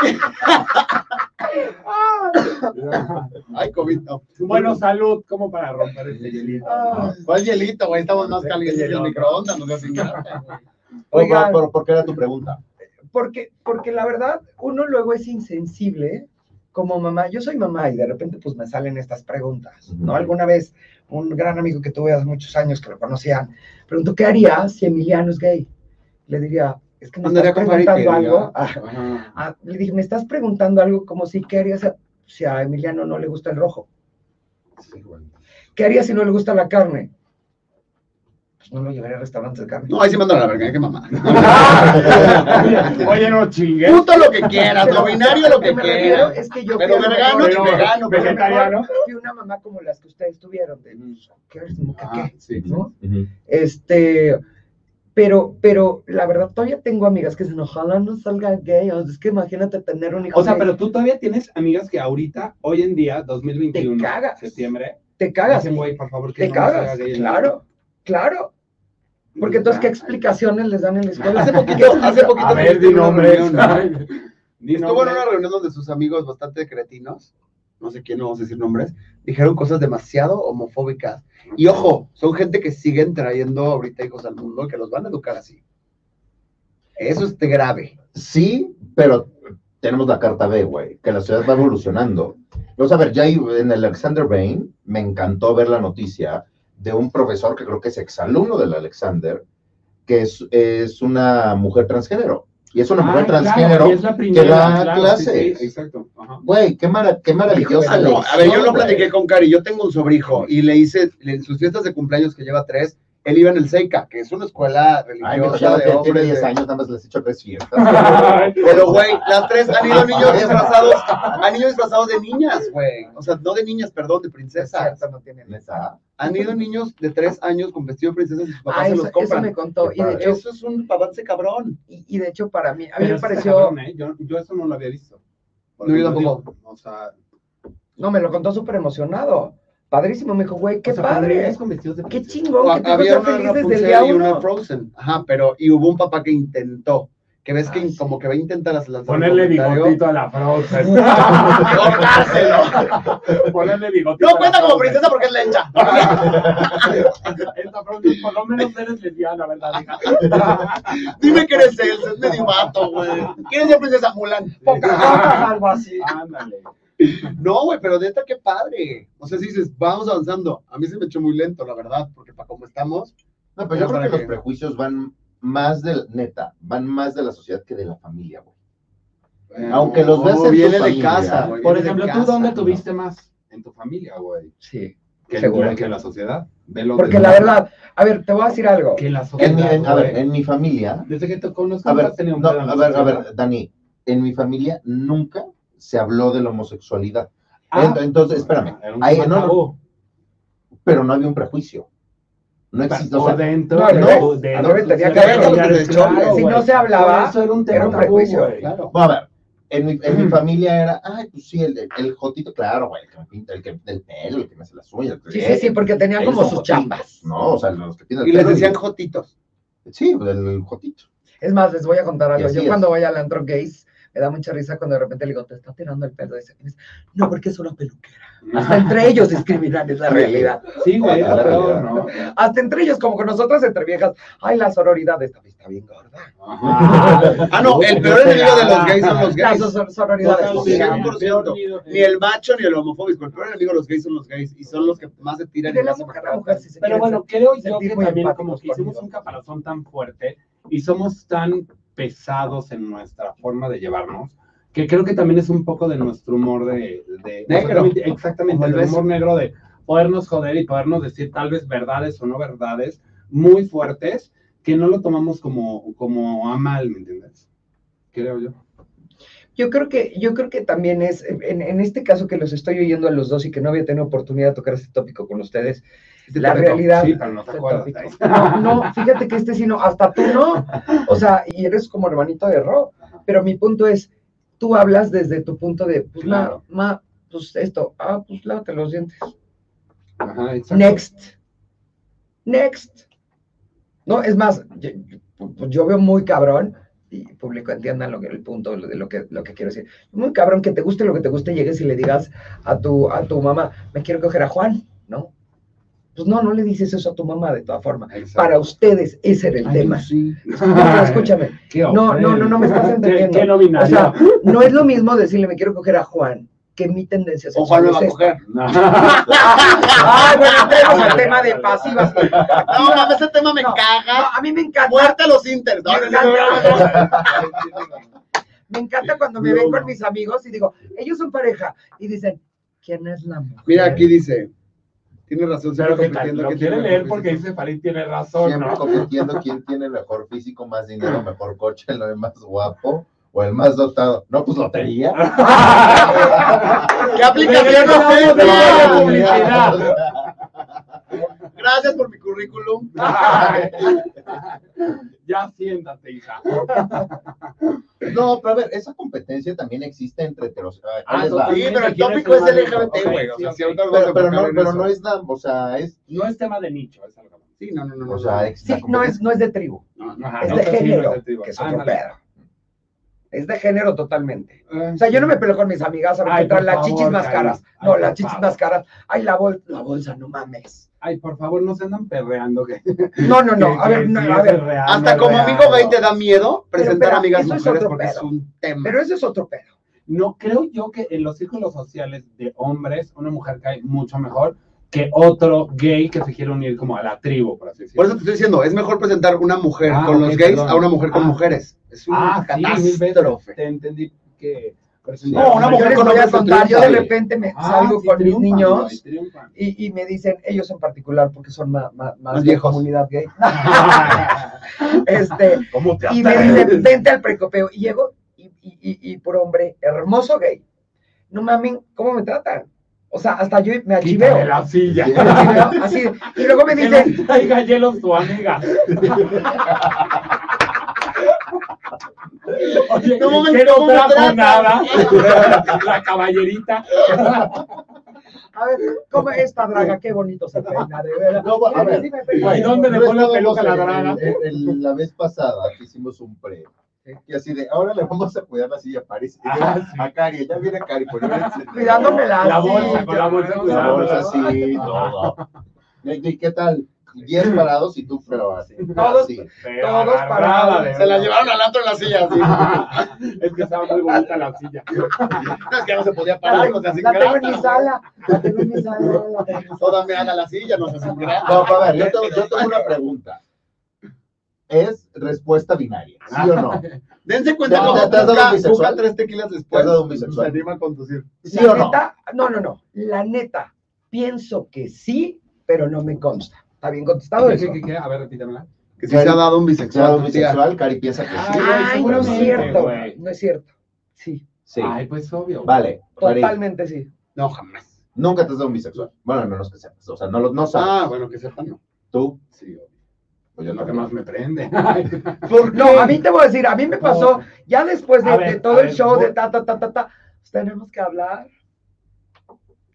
S2: Ay, COVID. no.
S3: Bueno, salud, como para romper este hielito.
S1: Ah.
S2: ¿Cuál pues, hielito, güey? Estamos más
S3: Sí,
S2: calientes
S3: qué
S2: que el
S3: hielón.
S2: microondas. No sé güey.
S1: Oigan.
S4: Pero, pero, ¿por qué era tu pregunta?
S1: porque, porque la verdad, uno luego es insensible como mamá. Yo soy mamá y de repente pues me salen estas preguntas, ¿no?
S4: Ujú.
S1: Alguna vez un gran amigo que tuve hace muchos años que lo conocía, preguntó, ¿qué haría si Emiliano es gay? Le diría, es que me
S2: Andaría
S1: estás
S2: con Mari
S1: preguntando
S2: Kay,
S1: algo.
S2: ¿no?
S1: Ah,
S3: Ajá.
S1: ah, le dije, me estás preguntando algo como si, ¿qué harías a- si a Emiliano no le gusta el rojo? ¿Qué haría si no le gusta la carne? Pues no lo llevaría a restaurantes de carne.
S2: No, ahí sí mandan a la verga, qué mamá.
S1: Ah,
S3: Oye, Oye, no chingues.
S2: Puto lo que quieras, lo binario lo que
S1: me refiero
S2: quieras.
S1: es que yo
S2: Pero
S1: fui a lo
S2: vergano,
S1: mejor-
S2: ni vegano,
S1: a lo mejor
S3: vegetariano.
S1: Fui una mamá como las que ustedes tuvieron, de "Mm, ¿qué eres, muca,
S3: Ah,
S1: qué?
S3: sí.
S1: ¿No? Este, pero, pero la verdad todavía tengo amigas que dicen, ojalá no salga gay, o sea, es que imagínate tener un hijo.
S3: O sea,
S1: gay".
S3: pero tú todavía tienes amigas que ahorita, hoy en día, 2021,
S1: Te cagas.
S3: septiembre,
S1: te cagas,
S3: dicen, güey, por favor, que
S1: te
S3: no me
S1: cagas,
S3: haga gay".
S1: claro, claro. Porque entonces, ¿qué explicaciones les dan en la escuela? Hace
S2: poquito- hace poquito-
S3: A ver, di
S2: Estuvo en una
S3: nombres.
S2: reunión,
S3: Di
S2: Estuvo en
S3: nombres.
S2: una reunión donde sus amigos bastante cretinos, no sé quién, no vamos a decir nombres, dijeron cosas demasiado homofóbicas. Y ojo, son gente que siguen trayendo ahorita hijos al mundo que los van a educar así. Eso es grave.
S4: Sí, pero tenemos la carta B, güey, que la ciudad va evolucionando. Vamos a ver, ya hay- en el Alexander Bain me encantó ver la noticia de un profesor que creo que es exalumno del Alexander, que es, es una mujer transgénero. Y es una
S3: Ah,
S4: mujer
S3: claro,
S4: transgénero.
S3: y es la primera,
S4: da
S3: claro,
S4: clases.
S3: sí, exacto. ajá.
S4: Güey, qué, mara- qué maravillosa.
S2: Ah, no, a ver, yo lo
S4: lección, güey.
S2: platiqué con Cari. Yo tengo un sobrijo y le hice, le- en sus fiestas de cumpleaños que lleva tres, él iba en el Seika, que es una escuela
S4: Ay, mi hijo,
S2: religiosa de
S4: ya tiene- tiene
S2: hombres.
S4: 10
S2: de-
S4: años, nada más les he hecho tres fiestas.
S2: Pero, güey, las tres han ido niños disfrazados, han ido disfrazados de niñas, güey. O sea, no de niñas, perdón, de princesas.
S1: Cierto, no tienen.
S4: Neta.
S2: Han ido niños de tres años con vestido de princesa y sus papás
S1: Ah,
S2: se
S1: eso,
S2: los
S1: eso
S2: compran.
S1: me contó.
S4: Qué
S1: Y de,
S4: padre.
S1: hecho,
S2: Eso es un avance cabrón.
S1: y, y de hecho, para mí, a mí
S3: Pero
S1: me
S3: está
S1: pareció,
S3: cabrón, ¿eh? yo, yo eso no lo había visto.
S2: No, yo tampoco.
S3: Digo, O sea,
S1: no, me lo contó súper emocionado. Padrísimo, me dijo, güey, qué
S3: o sea, cuando
S1: padre.
S3: llegas con vestidos de
S1: Qué
S3: princesa.
S1: chingón, que te
S2: Había
S1: vas
S2: una
S1: feliz
S2: Rapunzel
S1: desde el día
S2: y una
S1: uno.
S2: Frozen. Ajá, pero y hubo un papá que intentó. Que ves que como que va a intentar hacer- lanzar un
S3: Ponerle
S2: comentario.
S3: bigotito a la Frozen. Ponerle bigotito.
S2: No cuenta como princesa porque es lecha.
S3: Esta Frozen, por lo menos eres lesbiana, ¿verdad, hija?
S2: Dime que eres Elsa, es medio vato, güey. ¿Quieres ser princesa Mulan?
S1: Pocahontas, algo así.
S3: Ándale.
S2: No, güey, pero neta, qué padre. O sea, si dices, vamos avanzando. A mí se me echó muy lento, la verdad, porque para como estamos,
S4: No, pero yo
S2: Para
S4: creo que
S2: que-
S4: los prejuicios van más del, neta, van más de la sociedad que de la familia, güey.
S3: Bueno,
S4: Aunque los veas en
S2: No,
S4: tu
S2: viene de
S4: familia,
S2: casa. güey,
S3: Por
S2: viene de
S3: ejemplo, ¿tú
S2: casa,
S3: dónde
S2: ¿no?
S3: tuviste más? En tu familia, güey.
S1: Sí,
S3: Que,
S1: Seguro.
S3: que la sociedad. Velo
S1: porque
S3: desde-
S1: la verdad, a ver, te voy a decir algo.
S3: Que la
S4: En mi,
S3: sociedad.
S4: en- a ver,
S3: güey.
S4: en mi familia,
S3: desde que te conozco,
S4: a ver,
S3: has tenido un
S4: no,
S3: pedo en la
S4: a ver, a
S3: sociedad.
S4: ver, Dani, en mi familia nunca se habló de la homosexualidad.
S3: Ah,
S4: Ent- Entonces, espérame,
S3: era un
S4: ahí-
S3: tema
S4: no, no,
S3: tabú.
S4: pero no había un prejuicio. No existe, o
S3: por
S4: sea,
S3: dentro.
S1: No, al
S3: de-
S1: revés,
S3: de-
S1: al revés, tenía
S3: de-
S1: que haberlo
S3: de-
S2: desde el
S3: claro,
S2: chorro.
S3: güey.
S1: Si no se
S3: Por
S1: hablaba,
S3: eso era un tema
S1: era un
S3: tabú,
S1: prejuicio,
S3: güey.
S2: Claro.
S4: Bueno, a ver, en mi, en mi familia era, ay, pues sí, el, el, el jotito, claro, güey, el que me pinta, el que el pelo, el que me hace las uñas. el que-
S1: Sí, sí, sí, porque tenía
S4: ellos
S1: como
S4: son
S1: sus
S4: jotitos,
S1: chambas.
S4: No, o sea, los que tienen
S2: Y les decían jotitos.
S4: Sí, pues, el, el jotito.
S1: Es más, les voy a contar
S4: Y
S1: algo.
S4: así
S1: Yo
S4: es.
S1: cuando voy al antro gays, me da mucha risa cuando de repente le digo, te está tirando el pelo. Dice, no, porque es una peluquera. Hasta entre ellos discriminan, es la realidad.
S3: Sí, güey,
S4: La
S3: era peor,
S4: realidad.
S3: ¿no?
S1: Hasta entre ellos, como con nosotras entre viejas. Ay, la sororidad esta vez está bien gorda.
S2: Ah, no, el peor enemigo de los gays son los
S1: La
S2: gays.
S1: so- sororidad es
S2: Totalmente.
S1: posible.
S2: por cierto, Ni el macho ni el homofóbico. El peor enemigo de los gays son los gays. Y son los que más se tiran. y
S1: De la
S2: más se
S1: mujer a la
S2: maltratan.
S1: mujer, si se quieren
S3: Pero bueno, creo yo
S1: sentir
S3: que
S1: muy
S3: también
S1: empáticos
S3: como que
S1: conmigo.
S3: hicimos un caparazón tan fuerte y somos tan pesados en nuestra forma de llevarnos, que creo que también es un poco de nuestro humor de... de-
S2: Negro.
S3: Exactamente, exactamente,
S2: Como el
S3: el
S2: beso.
S3: humor negro de podernos joder y podernos decir tal vez verdades o no verdades muy fuertes que no lo tomamos como, como a mal, ¿me entiendes? Creo yo.
S1: Yo creo que, yo creo que también es, en, en este caso que los estoy oyendo a los dos y que no había tenido oportunidad de tocar este tópico con ustedes, la
S3: Pero-
S1: realidad.
S3: Sí, pero no te
S1: este
S3: acuerdas.
S1: tópico.
S3: ahí.
S1: No, no, fíjate que este sí no, hasta tú no. O sea, y eres como hermanito de Ro, pero mi punto es, tú hablas desde tu punto de, pues ma-
S3: Claro.
S1: ma, pues esto, ah, pues lávate los dientes.
S3: Ajá, exacto.
S1: Next. Next. No, es más, yo, yo- yo veo muy cabrón, y público entiendan lo que, el punto lo- de lo que, lo que quiero decir. Muy cabrón que te guste lo que te guste, llegues y le digas a tu, a tu mamá, me quiero coger a Juan, ¿no? Pues no, no le dices eso a tu mamá de todas formas.
S3: Exacto.
S1: Para ustedes, ese era el
S2: Ay,
S1: tema.
S2: no, sí.
S1: No, pero escúchame, No, no, no, no me estás entendiendo.
S3: ¿Qué, qué no
S1: o
S3: binario?
S1: sea, no es lo mismo decirle me quiero coger a Juan que mi tendencia
S2: O Juan
S1: sexual
S2: lo va a
S1: es esta.
S2: coger.
S3: No.
S1: Ay, Ah, bueno, entremos
S3: Ah,
S1: al tema de pasivas.
S2: No, mames, ese tema me
S1: No.
S2: caga.
S1: No, a mí me encanta,
S2: Muerte a los Inter. No, no, no, no, no, no.
S1: me encanta cuando me ven con mis amigos y digo, ellos son pareja, y dicen, ¿quién es la mujer?
S2: Mira, aquí dice. Tiene razón.
S3: Pero
S2: siempre
S3: que tal,
S2: compitiendo
S3: lo
S2: quién
S3: quiere
S2: tiene
S3: leer
S2: mejor
S3: porque
S2: físico.
S3: dice Farid tiene razón,
S4: Siempre
S3: ¿no?
S4: compitiendo quién tiene mejor físico, más dinero, mejor coche, el más guapo o el más dotado. No, pues lotería.
S2: ¿Qué aplicación
S3: Regresamos
S2: es
S3: de la
S2: esta?
S3: publicidad.
S2: Gracias por mi currículum.
S3: Ah, ya siéntate, hija.
S4: No, pero a ver, esa competencia también existe entre heterosexuales.
S3: Ah,
S4: Ahí les va.
S2: Sí, pero el
S3: ¿Quién es
S2: tópico
S3: el
S2: es el
S3: malo?
S2: LGBT,
S3: Ok,
S2: güey. O sea,
S3: sí,
S2: si
S3: ok.
S2: ahorita vamos a
S4: Pero, pero
S2: enfocar
S4: no,
S2: en
S4: pero
S2: eso.
S4: no es nada, o sea, es.
S3: No es tema de nicho, es algo.
S2: Sí, no, no, no.
S4: O
S2: no,
S4: sea,
S2: no.
S4: es
S1: Sí, no es, no es de tribu,
S3: No, no, ajá,
S1: es
S3: Ah, no,
S1: de
S3: sí, no
S1: género,
S3: es de tribu.
S1: que es otro
S3: Ándale.
S1: pedo. Es de género totalmente.
S3: Ay,
S1: O sea, yo no me peleo con mis amigas a ver
S3: Ay,
S1: qué traen
S3: por
S1: las
S3: favor,
S1: chichis más
S3: Cari.
S1: caras.
S3: Ay,
S1: No,
S3: por
S1: las chichis
S3: favor.
S1: más caras. Ay, la, bol- la bolsa, no mames.
S3: Ay, por favor, no se andan perreando. Que,
S1: No, no,
S3: que-
S1: no. A
S3: que
S1: ver,
S3: sí
S1: no,
S3: es
S1: a ver.
S3: real, no
S2: Hasta
S3: es
S2: como
S3: real,
S2: amigo gay
S3: no.
S2: te da miedo presentar
S1: espera,
S2: amigas
S1: eso es
S2: mujeres
S1: otro
S2: porque es
S1: pedo.
S2: un tema.
S1: Pero eso es otro pedo.
S3: No, creo yo que en los círculos sociales de hombres, una mujer cae mucho mejor que otro gay que se quiere unir como a la tribu, por así decirlo.
S2: Por eso te estoy diciendo, es mejor presentar una mujer
S3: Ah,
S2: con los
S3: ok,
S2: gays
S3: perdón.
S2: a una mujer con
S3: Ah.
S2: mujeres. Es una
S3: Ah, sí, mil veces.
S2: catástrofe.
S3: Te entendí que...
S2: No, una
S1: Yo
S2: mujer
S1: les
S2: con
S1: voy a
S2: hombres
S1: contar, yo de
S2: triunfa.
S1: repente me
S3: Ah,
S1: salgo
S3: sí,
S1: con mis
S3: triunfan,
S1: niños.
S3: güey, triunfan.
S1: Y, y me dicen, ellos en particular, porque son ma- ma- más,
S2: Más
S1: de
S2: viejos.
S1: comunidad gay, este,
S4: ¿Cómo te
S1: y me dicen, vente al precopeo. Y llego, y, y, y, y por hombre, hermoso gay. No mames, ¿cómo me tratan? O sea, hasta yo me achiveo.
S3: Quítale la silla.
S1: Me achiveo, así. Y luego me
S3: Que
S1: dicen,
S3: no traiga hielos tu amiga.
S2: No,
S3: Oye, no,
S2: mames,
S3: que no
S2: ¿cómo me
S3: trajo
S2: tratan?
S3: nada. La caballerita.
S1: a ver, ¿cómo esta draga? Qué bonito se peina, de verdad.
S4: No, a ver,
S3: ¿Y dónde
S4: No
S3: dejó la
S4: estábamos
S3: peluca la
S4: en-
S3: draga?
S4: en- en- en La vez pasada que hicimos un pre. Y así de, ahora le vamos a cuidar la silla a París. Y
S3: Ah,
S4: yo, A Cari, ya viene Cari. pues, no le enseñé.
S1: Cuidándome la,
S3: La
S1: sí,
S3: bolsa, con la bolsa,
S1: no,
S4: La
S1: no,
S4: bolsa
S1: no.
S4: así, todo. ¿Y y qué tal? 10 parados y tú, pero así.
S1: Todos-
S4: así.
S3: Pero
S1: Todos
S3: agarrada
S1: parados,
S3: de
S2: Se la
S3: una.
S2: llevaron al antro en la silla, así.
S3: Es que estaba muy bonita la silla.
S2: No, es que no se podía
S1: La,
S2: parar, no se
S1: la tengo
S2: asingraba.
S1: en mi sala, la tengo en mi sala. la tengo en mi sala.
S2: Toda me haga la silla, no eh. se asingraba.
S4: No, a ver, yo tengo, yo tengo una pregunta. es respuesta binaria, ¿sí o no?
S2: Dense cuenta
S4: Ya,
S2: cómo
S4: ya te has dado un
S2: busca,
S4: bisexual.
S2: busca tres tequilas
S4: Te has
S2: después.
S4: dado un
S2: Se
S4: bisexual.
S2: anima a conducir.
S4: ¿Sí
S1: la
S4: o no?
S1: neta, no, no, no. La neta, pienso que sí, pero no me consta. ¿Está bien contestado
S3: ¿Qué,
S1: eso?
S3: qué, qué, qué? A ver, repítamela.
S2: Que si se ha dado un
S4: ¿Se ha
S2: bisexual.
S4: dado un
S2: tu tía.
S4: bisexual? Cari piensa que sí.
S3: Ay,
S1: Ay, no es
S3: seguramente,
S1: cierto.
S3: güey.
S1: No es cierto. Sí,
S4: Sí.
S3: Ay, pues obvio.
S4: Vale, Cari,
S1: totalmente sí.
S3: No, jamás.
S4: nunca te has dado un bisexual. Bueno, a menos que sepas. O sea, no, lo- no sabes.
S3: Ah, bueno, que sepan, no.
S4: Tú,
S3: Sí, obvio.
S4: pues yo
S3: es lo que
S4: también.
S3: más me prende.
S1: No, a mí te voy a decir, a mí me pasó, ya después de,
S3: A
S1: de
S3: ver,
S1: todo
S3: a
S1: el
S3: ver,
S1: show
S3: voy-
S1: de ta, ta, ta, ta, ta, pues, tenemos que hablar.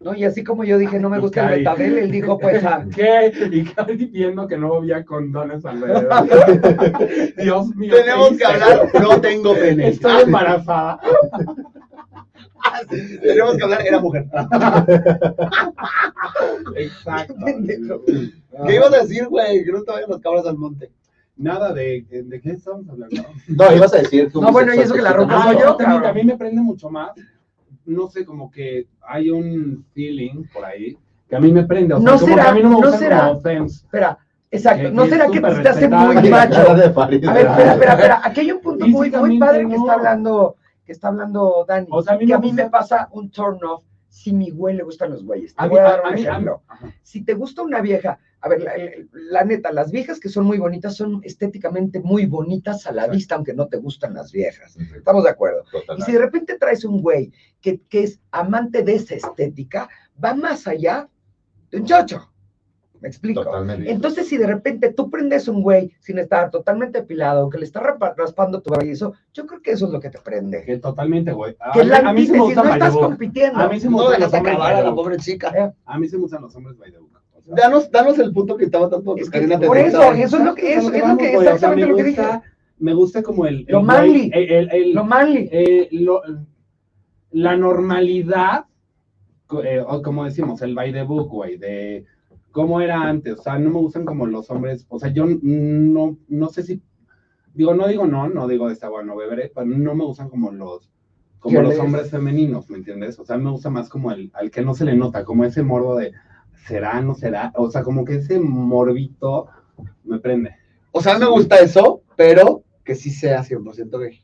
S1: ¿No? Y así como yo dije, no me gusta el
S3: Cari.
S1: betabel, él dijo, pues, ah,
S3: ¿Qué? Y Cari viendo que no había condones alrededor. Dios mío.
S2: Tenemos
S3: ¿qué
S2: que
S3: hice?
S2: hablar, no tengo pene.
S3: Estoy embarazada.
S2: Tenemos que hablar, era mujer.
S3: Ah. Exacto.
S1: Pendejo.
S2: ¿Qué ibas a decir, güey? Que no te vayan las cabras al monte.
S3: Nada de, de qué estamos hablando.
S4: No, ibas a decir que un
S1: No, bueno, y
S4: bisexual
S1: eso que
S4: te
S1: la
S4: esté
S1: ropa
S3: Ah,
S1: soy
S4: tentando.
S1: yo,
S3: yo también,
S1: cabrón.
S3: también me prende mucho más. No sé, como que hay un feeling por ahí que a mí me prende. O sea,
S1: No
S3: como
S1: será,
S3: que a mí no me
S1: no
S3: gustan
S1: será.
S3: como offense.
S1: espera, exacto,
S3: Que-
S1: ¿no
S3: que Eh, es
S1: será que te
S3: súper
S1: hace muy
S3: respetable.
S4: Cara
S1: macho?
S4: de Farid.
S1: A ver, espera, espera, espera, aquí hay un punto muy, muy
S3: Físicamente
S1: padre que
S3: no.
S1: está hablando, que está hablando Dani,
S3: O sea, a mí
S1: que
S3: me
S1: a mí
S3: gusta-
S1: me pasa un turn off si mi güey le gustan los güeyes. Te
S3: A mí,
S1: voy a dar
S3: a- a
S1: un
S3: mí- a mí-
S1: ejemplo. si te gusta una vieja, a ver, la, el- la neta, las viejas que son muy bonitas son estéticamente muy bonitas a la vista, aunque no te gustan las viejas. Estamos de acuerdo. Y si de repente traes un güey que, que es amante de esa estética, va más allá de un chocho. ¿Me explico?
S4: Totalmente.
S1: Entonces, si de repente tú prendes un güey sin estar totalmente apilado, que le está rapa- raspando tu brazo, yo creo que eso es lo que te prende.
S3: Que totalmente, güey. A,
S1: Que es
S3: mí-
S1: la
S3: a mí sí me
S1: antítesis,
S3: gusta
S1: no estás
S3: Baidoo.
S1: compitiendo.
S3: A mí sí me
S2: No
S3: gustan
S2: dejas
S3: los hombres
S2: acabar a la
S3: Baidoo.
S2: pobre chica.
S3: A mí sí me gustan los hombres by the book. O sea,
S2: Danos, danos el punto que estaba tanto
S1: Es que
S2: Karina te
S1: por
S2: dijo.
S1: eso, eso es lo que, eso,
S3: Exacto, pues, a
S1: es lo que,
S3: vamos, güey. O sea,
S1: exactamente
S3: me
S1: lo que dije.
S3: gusta- Me gusta como el.
S1: Lo
S3: el güey-
S1: manly.
S3: El, el- el-
S1: Lo manly.
S3: eh, lo- la normalidad, co- eh, o como decimos, el by the book, güey, de cómo era antes. O sea, no me gustan como los hombres. O sea, yo no, no sé si. Digo, no digo no, no digo de esta bueno, beberé, pero no me gustan como los. Como los
S1: Fieles.
S3: hombres femeninos, ¿me entiendes? O sea, me gusta más como el al que no se le nota, como ese morbo de será, no será. O sea, como que ese morbito me prende.
S2: O sea, me gusta eso, pero que sí sea 100% gay.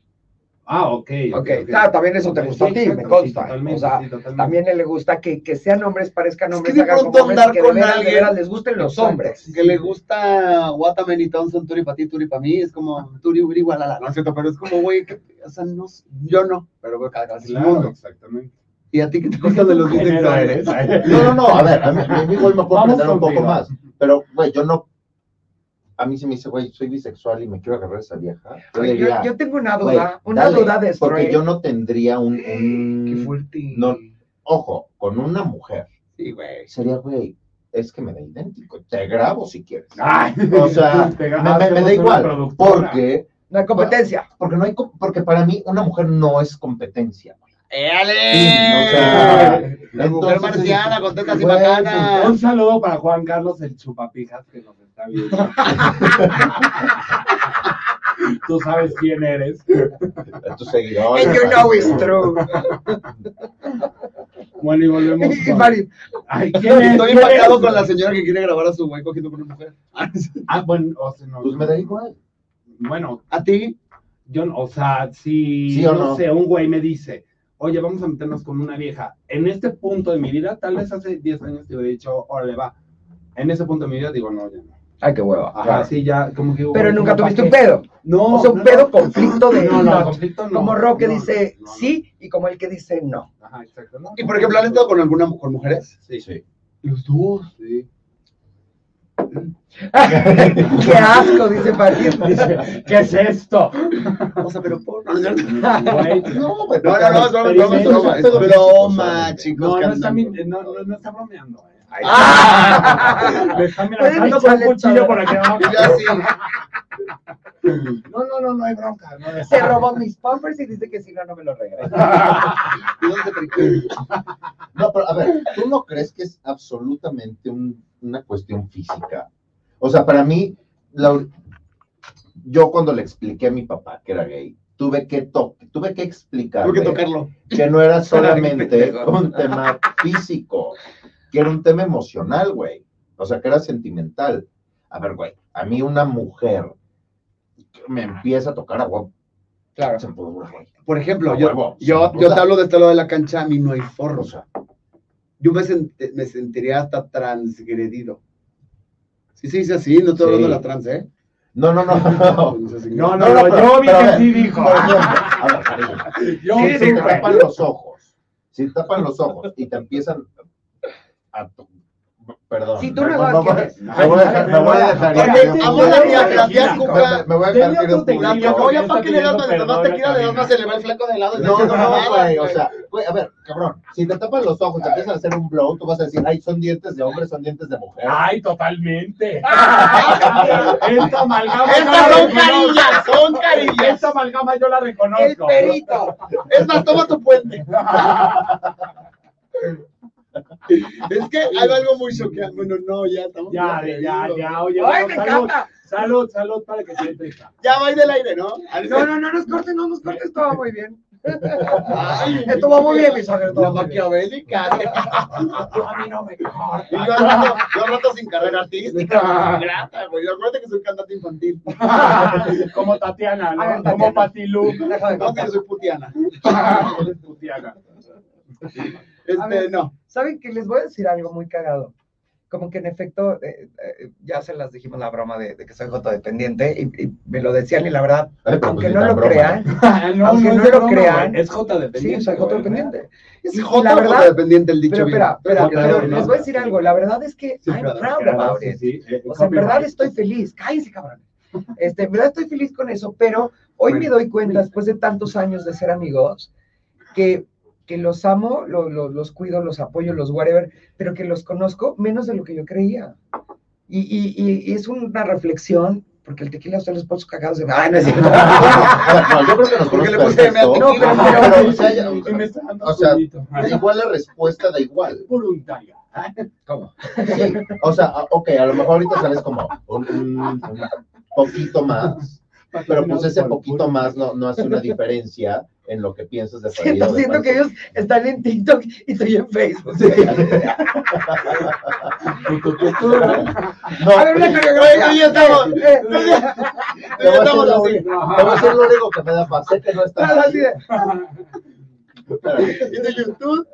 S3: Ah, ok.
S1: Ok, claro, también eso te gusta a ti, me consta. ¿eh? o sea, también él le gusta que, que sean hombres, parezcan
S2: Es que
S1: hombres,
S2: de
S1: hagan como
S2: pronto
S1: hombres,
S2: andar
S1: que de
S2: con
S1: veras, de
S2: alguien-
S1: veras les gusten los
S2: Exacto.
S1: hombres.
S2: Que le gusta What a Many Thousand, Turi para ti, Turi para mí, es como Turi, Uri, Walala, no es cierto, pero es como, güey, que- o sea, no, sé, yo no, pero veo cada vez el mundo.
S3: exactamente.
S2: ¿Y a ti qué te gustan de los bisexuales?
S4: No, no, no, a ver, a mí, a mí, güey, me puedo
S3: Vamos
S4: aprender un poco
S3: contigo.
S4: más. Pero, güey, yo no. A mí se me dice, güey, soy bisexual y me quiero agarrar a esa vieja. Yo
S1: Oye, Yo,
S4: diría,
S1: yo tengo una
S4: güey,
S1: duda, una
S4: dale,
S1: duda de esto.
S4: Porque
S1: ¿eh?
S4: yo no tendría un.
S2: Qué
S4: un-
S2: fuerte.
S4: Mm, No. Ojo, con una mujer.
S2: Sí, güey.
S4: Sería, güey, es que me da idéntico. Te grabo si quieres.
S3: Ay,
S4: O sea,
S3: te
S4: me, me- me
S3: hacemos
S4: da
S3: una
S4: igual.
S3: productora.
S4: Porque,
S1: No hay competencia.
S4: porque, no hay, co- porque para mí una mujer no es competencia.
S2: ¡Éale!
S4: O sea,
S2: la mujer
S4: entonces,
S2: marciana, con tetas y
S4: güey,
S2: bacana.
S3: Un saludo para Juan Carlos el Chupapijas que nos está viendo. Tú sabes quién eres.
S4: a tus seguidores.
S1: And you know it's true.
S3: Bueno, y volvemos.
S1: Y
S3: con-
S1: Mari,
S3: Ay, ¿quién es?
S2: Estoy
S3: ¿Quién
S2: empacado
S3: es?
S2: con la señora que quiere grabar a su güey cogiendo con una mujer.
S3: Ah, bueno, o sea, no.
S4: Pues me da igual.
S3: Bueno,
S2: ¿A ti?
S3: Yo, no- o sea, si,
S4: ¿Sí o
S3: no,
S4: no?
S3: sé, un güey me dice, oye, vamos a meternos con una vieja. En este punto de mi vida, tal vez hace 10 años te hubiera dicho, órale, va. En ese punto de mi vida digo, no, ya no.
S1: Ay, qué hueva.
S3: Ajá,
S1: claro.
S3: sí, ya, como que...
S1: Pero
S3: güey,
S1: nunca
S3: ¿para
S1: tuviste
S3: qué?
S1: un pedo.
S3: No,
S1: O sea, un
S3: no,
S1: pedo
S3: no.
S1: conflicto de.
S3: No, no, conflicto no.
S1: como Rock que
S3: No,
S1: dice
S3: no, no.
S1: sí y como el que dice no.
S3: Ajá, exacto. no,
S2: Y
S3: no,
S2: por ejemplo, ¿han estado con alguna mu- con mujeres?
S3: Sí, sí.
S2: Los dos.
S1: ¡Qué asco! Dice Mari.
S3: ¿Qué es esto?
S2: O sea, pero por. No, no, no,
S3: Güey, pues,
S4: No, güey,
S2: no,
S4: porque-
S2: no, es broma, es broma, es broma, es broma, chicos.
S3: no,
S2: que
S3: no,
S2: andan
S3: está,
S2: con-
S3: min- no, no, no está bromeando. eh.
S1: ¡Ah!
S3: Me están
S1: Pueden
S3: amenazando
S1: echarle
S3: con un cuchillo
S1: todo.
S3: por aquí abajo.
S2: Y yo así,
S3: No, no, no, no hay bronca. No hay
S1: Se robó mis poppers y dice que si no, no me lo regresa.
S2: ¿y dónde te-
S4: No, pero a ver, ¿tú no crees que es absolutamente un- una cuestión física? O sea, para mí, la- yo cuando le expliqué a mi papá que era gay, tuve que, to- tuve que explicarle
S2: Tuve que tocarlo.
S4: que no era solamente
S2: pendejo.
S4: un tema físico, que era un tema emocional, güey. O sea, que era sentimental. A ver, güey, a mí una mujer me empieza a tocar agua
S2: Claro.
S4: champudura, güey.
S2: Por ejemplo,
S4: A
S2: yo,
S4: huevo.
S2: yo,
S4: O
S2: yo te
S4: sea-
S2: hablo de este lado de la cancha, a mí no hay
S4: O
S2: forros.
S4: sea,
S2: Yo me, sent- me sentiría hasta transgredido. Sí, sí, dice así, no estoy
S4: Sí.
S2: hablando de la trans, ¿eh?
S4: no, no, no. No,
S2: sé si-
S5: No, no,
S4: no,
S5: no,
S4: pero-
S5: yo vi
S4: pero a
S5: que
S4: ver,
S5: sí dijo.
S4: por ejemplo, a ver, cariño,
S5: Yo
S4: si
S5: sí
S4: te
S5: dijo.
S4: tapan los ojos, si te tapan los ojos y te empiezan a... to- Perdón.
S1: Si tú no
S4: me,
S1: sabes
S4: voy-
S1: quién es.
S4: me voy a dejar, me voy a dejar
S2: Oye,
S4: ir.
S2: amo la biografía,
S4: Me-
S2: Cuca.
S4: Me voy a
S5: Tenía
S4: dejar ir
S5: otro
S4: un
S5: tequila,
S4: poquito.
S5: ¿no?
S2: Oye, ¿para qué le das más? Entre más
S5: Perdón,
S2: tequila le das
S5: Karina.
S2: más, se le va el flaco de lado.
S4: No, no, no, güey, o sea, güey, a ver, cabrón, si te tapan los ojos, te empiezan a hacer un blow, tú vas a decir, ay, son dientes de hombre, son dientes de mujer.
S3: Ah,
S5: Ay, totalmente. Esta amalgama. yo
S2: Estas
S5: la
S2: son
S5: reconozco.
S2: carillas, son carillas.
S5: Esta amalgama yo la
S1: El
S5: reconozco.
S1: perito.
S2: Es más, toma tu puente. es que hay algo muy choqueante. Bueno, no, ya estamos.
S5: Ya, ya, ya, oye.
S1: ¡Ay,
S5: bueno,
S1: me
S5: salud,
S1: encanta!
S5: salud, salud para que siempre está.
S2: Ya va a ir del aire, ¿no?
S1: No, no, no nos cortes, no nos cortes, todo va muy bien.
S2: Ay,
S1: Esto va muy bien, mis ángeles, todo
S2: La
S1: va muy bien.
S2: maquiavélica.
S1: A mí no me cortes.
S2: Y yo al rato, yo al rato sin carrera
S1: Ah.
S2: artística. Grata, güey. Acuérdate que soy cantante infantil.
S5: Como Tatiana, ¿no?
S1: A ver,
S5: Como
S1: Tatiana.
S5: Patilú.
S1: Deja de
S2: No, que
S1: contar.
S2: yo soy putiana.
S5: Eres Tatiana.
S1: A
S2: Este,
S1: ver.
S2: no.
S1: ¿Saben que les voy a decir algo muy cagado? Como que en efecto, eh, eh, ya se las dijimos la broma de, de que soy jotodependiente y, y me lo decían y la verdad,
S4: Ay, pero
S1: aunque
S4: pues,
S1: no
S4: ni
S1: lo
S4: tan broma.
S1: crean,
S5: no,
S1: Aunque
S5: no,
S1: no
S5: es
S1: lo
S5: broma,
S1: crean,
S5: güey, Es J dependiente.
S1: sí, soy jotodependiente. Y
S2: Es
S1: la
S2: J
S1: verdad-
S2: dependiente el dicho.
S1: Pero
S2: bien.
S1: espera, espera,
S2: Pero,
S1: pero
S2: ¿no?
S1: les voy a decir algo, la verdad es que I'm proud about it. O sea, en verdad estoy feliz, cállense, cabrón. Este, en verdad estoy feliz con eso, pero hoy me doy cuenta, después de tantos años de ser amigos, que, que los amo, lo- lo- los cuido, los apoyo, los whatever, pero que los conozco menos de lo que yo creía. Y, y- y- y es una reflexión, porque el tequila ustedes los posos cagados de... ¡Ay, no es cierto!
S4: No, no, yo creo que nos
S2: Porque le
S4: conoce
S2: puse M al
S4: perfecto.
S2: tequila.
S4: No,
S1: No,
S4: pero,
S1: pero-
S4: o sea, ya-
S5: Y me está dando
S4: o sea,
S5: sudito.
S4: es igual la respuesta da igual.
S5: voluntaria.
S4: Sí, o sea, a- ok, a lo mejor ahorita sales como un, un- un poquito más, pero pues ese poquito más no, no hace una diferencia en lo que piensas de Farid
S1: siento,
S4: o de
S1: siento que ellos están en TikTok y estoy en Facebook.
S4: No,
S1: A ver, una coreografía.
S2: Oye, ya estamos.
S1: Eh,
S4: te voy a hacer
S2: Estamos
S4: lo
S2: así.
S4: único- te voy a hacer lo único que me da paz. Sé que no está
S1: estás así de-
S2: Y de YouTube.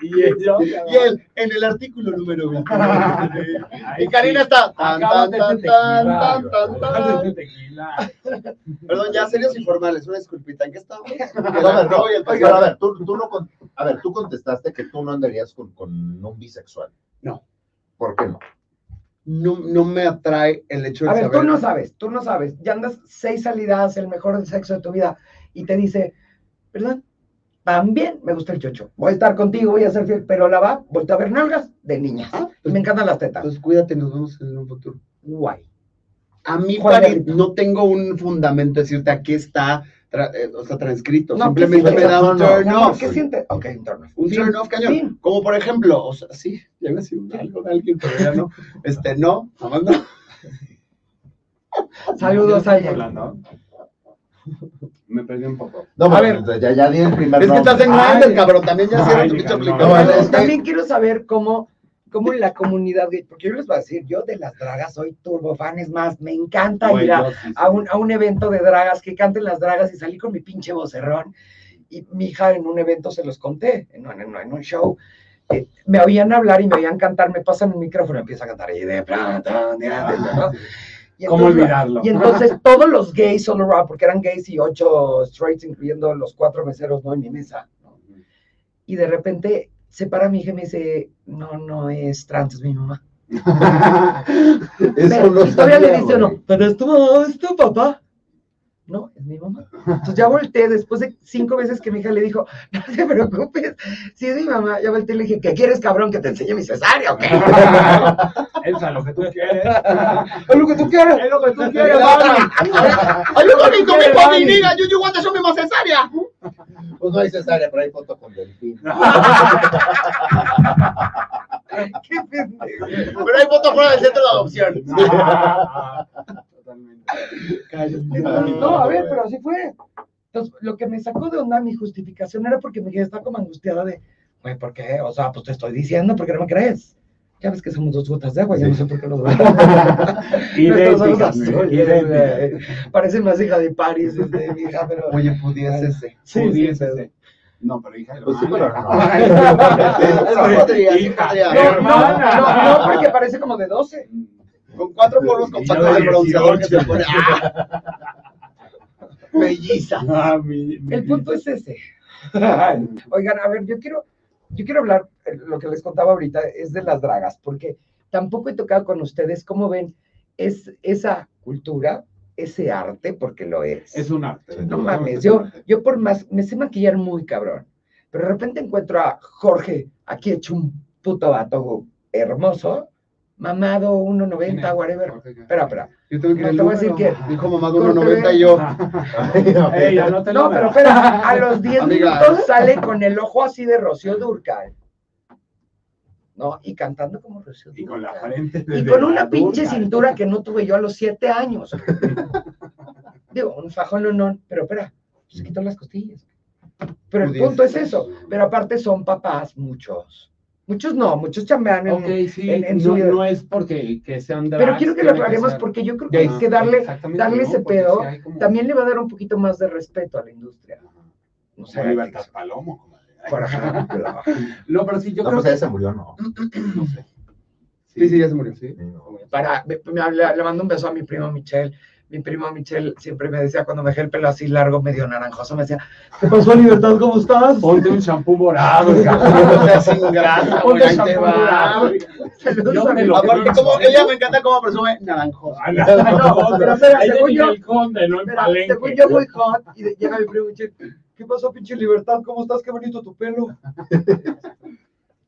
S5: Y ellos.
S2: Y él, en el artículo número 29.
S5: Ay,
S2: Y Karina
S5: sí.
S2: está. Tan, tan,
S5: Acábate
S2: tan,
S5: este
S2: tan, tan, tan,
S5: Antes de
S2: tan.
S5: tequila.
S2: Perdón, ya serios y formales. Una disculpita. ¿En qué estamos?
S4: Pero a ver, no,
S2: Oye,
S4: pero a ver, tú, tú no con- a ver, tú contestaste que tú no andarías con, con un bisexual.
S2: No.
S4: ¿Por qué no?
S2: No, no me atrae el hecho de
S1: A ver,
S2: saber.
S1: tú no sabes, tú no sabes. Ya andas seis salidas, el mejor sexo de tu vida, y te dice, perdón, también me gusta el chocho. Voy a estar contigo, voy a ser fiel, pero la va, volteo a ver nalgas de niñas.
S2: Ah,
S1: Y me encantan las tetas.
S2: Entonces, cuídate, nos vemos en un futuro.
S1: Guay.
S2: A mí,
S1: Juan
S2: Farid,
S1: Garrido.
S2: no tengo un fundamento decirte aquí está, tra- eh, o sea, transcrito.
S1: No,
S2: Simplemente
S1: ¿qué
S2: me da un
S4: sientes?
S2: turn
S1: Mi amor,
S2: off.
S1: ¿Qué sientes? Ok, un turn off.
S2: Un
S1: Fin.
S2: turn off cañón.
S1: Fin.
S2: Como por ejemplo, o sea, sí, ya me sido algo de alguien, pero ya no. Este, no, nomás no.
S1: Saludos a ella.
S5: Hablando. Me perdí un poco.
S4: No,
S2: A
S4: pero ya, ya di el primer
S2: Es que
S4: nombre. Ah,
S2: estás en
S5: Ay.
S2: grande, cabrón. También ya cierra
S5: Ay,
S2: tu pinche
S5: cabrón.
S2: aplicación. Este,
S4: No,
S1: Pero
S4: es que-
S1: también quiero saber cómo, cómo la comunidad gay, porque yo les voy a decir, yo de las dragas soy turbo fan, es más, me encanta
S5: Güey,
S1: ir a,
S5: yo sí, sí.
S1: a un, a un evento de dragas, que canten las dragas y salí con mi pinche vocerrón. Y mi hija en un evento se los conté, en, un- en un- en un show. eh, me oían hablar y me oían cantar, me pasan el micrófono y empieza a cantar. Y de plan, tan, de antes, ¿no? Y
S5: Ah, ¿Cómo
S1: entonces-
S5: olvidarlo?
S1: Y entonces todos los gays all around, porque eran gays y ocho straights, incluyendo los cuatro meseros, ¿no? En mi mesa. ¿no? Y de repente se para mi hija y me dice, no, no es trans, es mi mamá.
S4: Eso
S1: Pero-
S4: no
S1: y todavía
S4: sabía,
S1: le dice,
S4: güey.
S1: no, pero es tu mamá, es tu papá. No, es mi mamá. Entonces ya volteé después de cinco veces que mi hija le dijo, no te preocupes, si es mi mamá, ya volteé y le dije, ¿qué quieres, cabrón, que te enseñe mi cesárea o qué?
S5: Elsa, lo que tú quieres.
S1: Es lo que tú quieras.
S5: Es lo que tú
S1: Pero,
S5: quieres, mami.
S2: Ay, yo con mi con mi con mi niga, yo yo guanta, yo mismo cesárea.
S4: Pues no hay cesárea, pero hay foto con delfín.
S1: Qué pendejo.
S2: Pero hay voto fuera del centro de adopción.
S5: Ah, Totalmente.
S1: Entonces, no, a ver, pero así fue. Entonces, lo que me sacó de onda mi justificación era porque mi hija estaba como angustiada de, güey, ¿por qué? O sea, pues te estoy diciendo, ¿por qué no me crees? Ya ves que somos dos gotas de agua, ya no sé por qué los
S3: Idénticas, ¿no?
S1: eh,
S3: Idénticas.
S1: Parecen más hija de París, este, mi hija, pero.
S2: Oye, pudiese ese.
S1: sí, sí,
S3: pudiese
S1: pero-
S3: ser. No, pero hija de Ah,
S4: Pues
S3: hermana.
S4: sí, pero no.
S2: Eso podría, sí
S3: Hija,
S2: podría.
S1: No, no,
S3: Hermana.
S1: no, no, porque parece como de 12.
S2: Con cuatro polvos con
S3: Y
S2: tacos de
S3: yo
S2: bronceador que
S3: 18.
S2: se pone. ¡Ah! Belliza.
S3: Ah, mi- mi-
S1: El punto es ese. Oigan, a ver, yo quiero, yo quiero hablar, eh, lo que les contaba ahorita es de las dragas, porque tampoco he tocado con ustedes cómo ven es, esa cultura, ese arte, porque lo es.
S3: Es un arte.
S1: no mames, yo, yo por más, me sé maquillar muy cabrón, pero de repente encuentro a Jorge aquí hecho un puto vato hermoso, mamado,
S7: ¿Quién es?
S1: 1.90, whatever.
S7: Jorge, ¿qué?
S1: Espera, espera.
S7: Yo tengo que ir
S1: No,
S7: al
S1: te voy a decir
S7: número.
S1: que-
S2: Dijo mamá de
S1: Corte,
S2: 1.90
S1: ve.
S2: y yo.
S3: Ah, Ey, anota el
S1: No, pero
S3: número.
S1: espera, a los 10
S2: Amiga.
S1: minutos sale con el ojo así de Rocío Durcal. ¿No? Y cantando como Rocío
S3: Y con la
S1: Dúrcal.
S3: frente.
S1: Y
S3: desde
S1: con
S3: la
S1: una pinche
S3: nuca.
S1: cintura que no tuve yo a los 7 años. Digo, un fajón no, no, pero espera, se quitó las costillas. Pero el
S2: Pudiese.
S1: punto es eso. Pero aparte son papás, muchos. Muchos no, muchos chambean. en-
S3: Ok, sí,
S1: en- en
S3: no,
S1: su vida.
S3: no es porque que Ah, sean
S1: Pero quiero que lo aclaremos
S3: porque
S1: porque yo creo que
S3: Ya
S1: hay que darle, darle ese pedo,
S3: También
S1: también le va a dar un poquito más de respeto a la industria. No sé,
S3: libertad palomo. comadre.
S1: por ejemplo.
S3: No, pero sí, yo
S4: No,
S3: creo
S4: pues
S3: que
S4: ella se murió, no. No sé.
S2: Sí, sí, ya se murió. Sí.
S4: Sí, no.
S1: para, me- me- le, le mando un beso a mi primo Michelle. Mi primo Michelle siempre me decía, cuando me dejé el pelo así largo, medio naranjoso, me decía, ¿qué pasó, Libertad? ¿Cómo estás?
S3: ponte un champú morado.
S2: O
S1: Ah.
S2: sea, sin grasa, güey,
S3: ponte
S2: ahí te
S3: champú
S2: va.
S3: morado.
S1: Saludos
S3: Yo
S1: a
S3: me
S1: mi-
S3: lo-
S2: Aparte, como ella me encanta cómo presume naranjos.
S3: A la- no,
S1: pero espera,
S3: ella
S1: según
S3: en
S1: yo-
S3: el conde, no en
S1: Mira,
S3: Palenque.
S1: según yo muy hot, y de- llega mi primo Michelle, ¿qué pasó, pinche Libertad? ¿Cómo estás? Qué bonito tu pelo.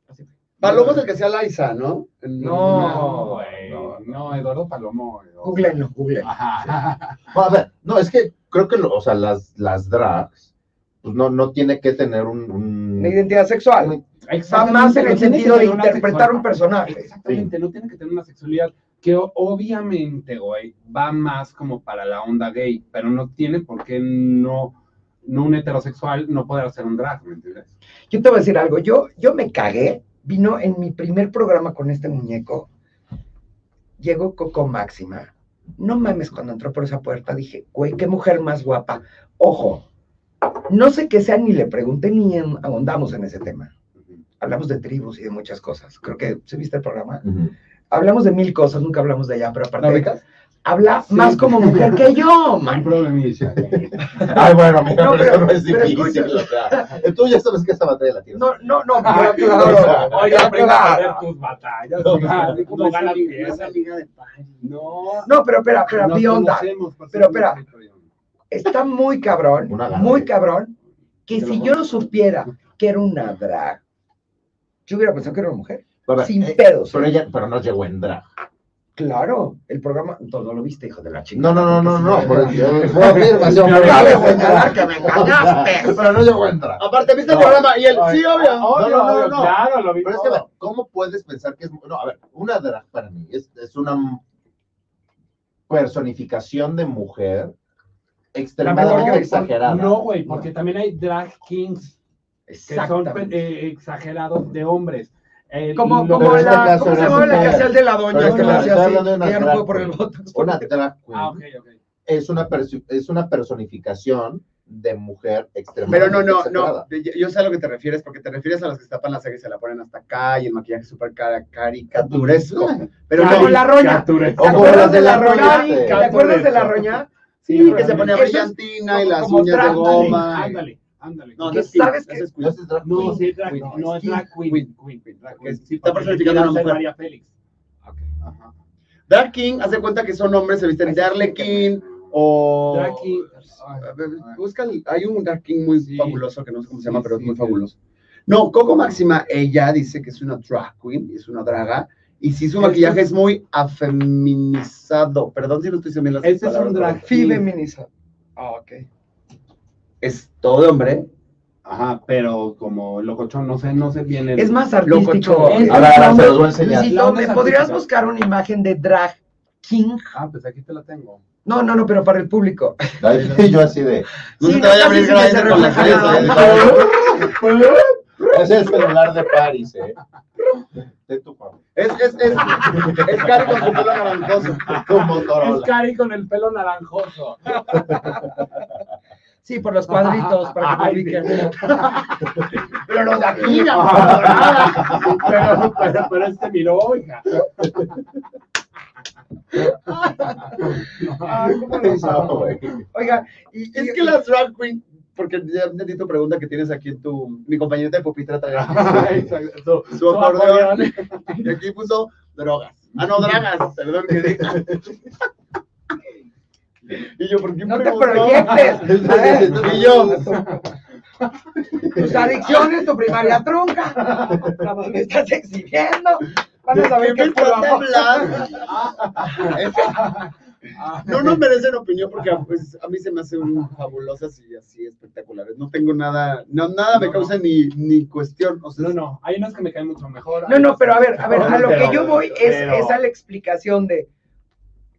S1: Así.
S2: Palomo es el que sea Laisa, ¿no?
S1: No.
S3: No, güey, no, no, Eduardo Palomo. Eduardo.
S1: Googleenlo, googleenlo.
S3: Ajá.
S4: Bueno, a ver, no, es que creo que, lo- o sea, las, las drags, pues no, no tiene que tener un... un-
S1: La identidad sexual. Va
S3: Exactamente,
S1: más en
S3: no
S1: el
S3: tiene que
S1: sentido de
S3: tener una
S1: interpretar un
S3: sexualidad.
S1: personaje.
S3: Exactamente, no tiene que tener una sexualidad que o- obviamente, güey, va más como para la onda gay, pero no tiene por qué no, no un heterosexual no poder hacer un drag, ¿me entiendes?
S1: Yo te voy a decir algo, yo, yo me cagué, vino en mi primer programa con este muñeco, llegó Coco Máxima. No mames, cuando entró por esa puerta dije, güey, qué mujer más guapa. Ojo, no sé qué sea, ni le pregunté ni en- ahondamos en ese tema. Hablamos de tribus y de muchas cosas. Creo que se viste el programa.
S4: Ujú.
S1: Hablamos de mil cosas, nunca hablamos de allá, pero
S2: ¿La
S1: aparte
S2: ubicas?
S1: habla
S3: Sí.
S1: más como mujer que yo, man.
S3: problemilla. güey.
S4: Ay, bueno, amiga,
S1: No,
S4: pero,
S1: pero-
S4: eso no es
S1: pero
S4: difícil.
S1: escucha.
S4: o sea, tú ya sabes que esta batalla la tienes.
S1: No, no, no,
S3: Ah,
S1: pero claro.
S3: Oye,
S1: pero
S3: aprende a
S1: claro.
S3: perder tus batallas.
S4: No,
S1: ah,
S3: comadre, ¿Cómo
S8: Como
S3: ganas
S8: esa liga- esa
S3: piezas?
S8: liga de pan.
S3: No,
S1: No, pero espera, espera,
S3: nos
S1: mi onda.
S3: conocemos, por
S1: Pero,
S3: ser
S1: espera.
S3: mujer, pero yo no.
S1: está muy cabrón,
S4: Una gana,
S1: muy
S4: ¿eh?
S1: cabrón, que
S3: Te lo
S1: si
S3: juro.
S1: yo no supiera que era una drag, yo hubiera pensado que era una mujer.
S4: Pero, a ver,
S1: sin
S4: eh,
S1: pedos.
S4: Pero ella, pero no llegó en drag.
S1: Claro, el programa, todo lo viste, hijo de la chica.
S4: No, no, no, no, no. Por
S1: Porque si
S4: eso, fue afirmación.
S3: Me acabo de
S1: señalar que me engañaste.
S4: Pero no llegó en drag.
S2: Aparte, ¿viste el
S4: No.
S2: programa? Y él, sí, obvio.
S4: No,
S3: Obvio,
S4: no, no,
S3: obvio,
S4: no.
S3: Claro, lo vi.
S4: Pero es que, a
S3: todo.
S4: ver, ¿cómo puedes pensar que es.? No, a ver, una drag para mí es, es una personificación de mujer
S1: mejor que
S4: extremadamente
S1: la
S4: exagerada.
S3: No, güey, porque también hay drag kings que son
S1: Exactamente.
S3: eh, exagerados de hombres. Eh,
S1: Como,
S3: lo-
S1: como
S4: en este
S1: la,
S4: caso
S1: ¿cómo se
S4: era
S1: llama la
S4: mujer.
S1: que hacía el de la doña?
S4: Pero
S1: Que
S4: es
S1: la
S4: que
S1: hacía
S4: estoy
S1: así,
S4: hablando de una
S1: que ya no
S4: drag
S1: puedo por el
S4: queen.
S1: voto.
S4: Una drag queen
S3: Ah, ok, ok.
S4: es, una perso- es una personificación de mujer
S2: Pero
S4: extremadamente
S2: no, no,
S4: exagerada.
S2: no. Yo, yo sé a lo que te refieres porque te refieres a las que se tapan la ceja y se la ponen hasta acá y el maquillaje súper cara, caricaturesco. Pero
S1: Como
S2: no,
S1: la roña.
S3: Caricatura.
S1: ¿Te
S4: Ojo,
S1: acuerdas
S4: las
S1: de
S4: de
S1: la
S4: la
S1: roña?
S4: roña,
S1: ¿Te
S3: sí.
S1: acuerdas de la roña?
S2: sí, que se ponía
S1: Eso es
S2: brillantina y
S1: como-
S2: las
S1: como
S2: uñas de
S1: drag,
S2: goma. y-
S3: Ándale, ándale.
S2: No,
S1: que
S2: no es queen,
S1: sabes
S2: ese
S1: que-
S2: es queen.
S4: No es drag
S3: No,
S4: queen.
S3: sí, es drag,
S2: Queen,
S3: no, no, es drag queen. Queen, queen, drag queen.
S2: Porque está personificando a una mujer.
S3: María Félix. Ajá.
S2: Drag King hace cuenta que son hombres, se visten de Arlequín o.
S3: Drag king. Ay,
S2: A ver, Busca, el- hay un Dark King muy
S3: Sí.
S2: fabuloso que no sé cómo se
S3: Sí,
S2: llama, pero
S3: sí,
S2: es muy
S3: sí.
S2: fabuloso. No, Coco Máxima, ella dice que es una drag queen, es una draga, y sí su
S3: Este-
S2: maquillaje es muy afeminizado. Perdón si no estoy diciendo bien las
S3: Este es un
S2: palabras,
S3: drag
S2: pero
S3: king.
S1: Feminizada. Ah, ok.
S2: Es todo de hombre.
S3: Ajá, pero como locochón, no sé, no sé bien el.
S1: Es más artístico.
S3: Locochón.
S1: Es-
S4: Ahora, ahora se los voy a enseñar.
S3: Sí.
S1: Luisito, ¿me
S3: Lamas
S1: podrías
S3: artísticas.
S1: buscar una imagen de drag king?
S3: Ah, pues aquí te la tengo.
S1: No, no, no, pero para el público.
S4: Ay, yo así de.
S2: No
S1: Sí,
S2: se
S1: no,
S2: te vaya a
S1: casi
S2: abrir
S1: se me
S2: grande
S1: cerró
S2: con
S1: la
S2: la cabeza.
S1: jalada.
S2: ¿eh?
S4: Es el celular de Paris, ¿eh? De tu papá.
S2: Es, es, es, es Cari con su pelo naranjoso.
S4: Un
S3: Es
S4: Motorola.
S3: Cari con el pelo naranjoso.
S1: Sí, por los cuadritos, para que me ubiquen.
S2: Pero los de aquí, mi amor.
S3: Pero, pero, pero este miró, hija.
S1: Ay, ¿cómo le hizo?
S4: No, güey.
S1: Oiga, y, y-
S2: Es que las drag queen, porque ya Netito pregunta que tienes aquí en tu. Mi compañerita de pupitre trae
S3: Ay, su-
S2: su,
S3: su
S2: acordeón.
S3: acordeón.
S2: Y aquí puso drogas. Ah, no, dragas, perdón que dije. Y yo, ¿por qué
S1: No te
S2: preguntó?
S1: proyectes. A ver.
S2: Y yo,
S1: Tus adicciones, tu primaria trunca. Nada más me estás exhibiendo. Van a
S2: ¿de
S1: saber
S2: qué
S1: que
S2: me
S1: es puro
S2: estás
S1: amor.
S2: hablando? Es que No nos merecen opinión porque pues, a mí se me hacen fabulosas y así espectaculares. No tengo nada, no, nada me
S3: No,
S2: causa ni, ni cuestión. O sea,
S3: No, no, hay unas que me caen mucho mejor.
S1: No, no, pero a ver, a ver, a lo que
S3: Pero-
S1: yo voy es,
S3: pero-
S1: es a la explicación de.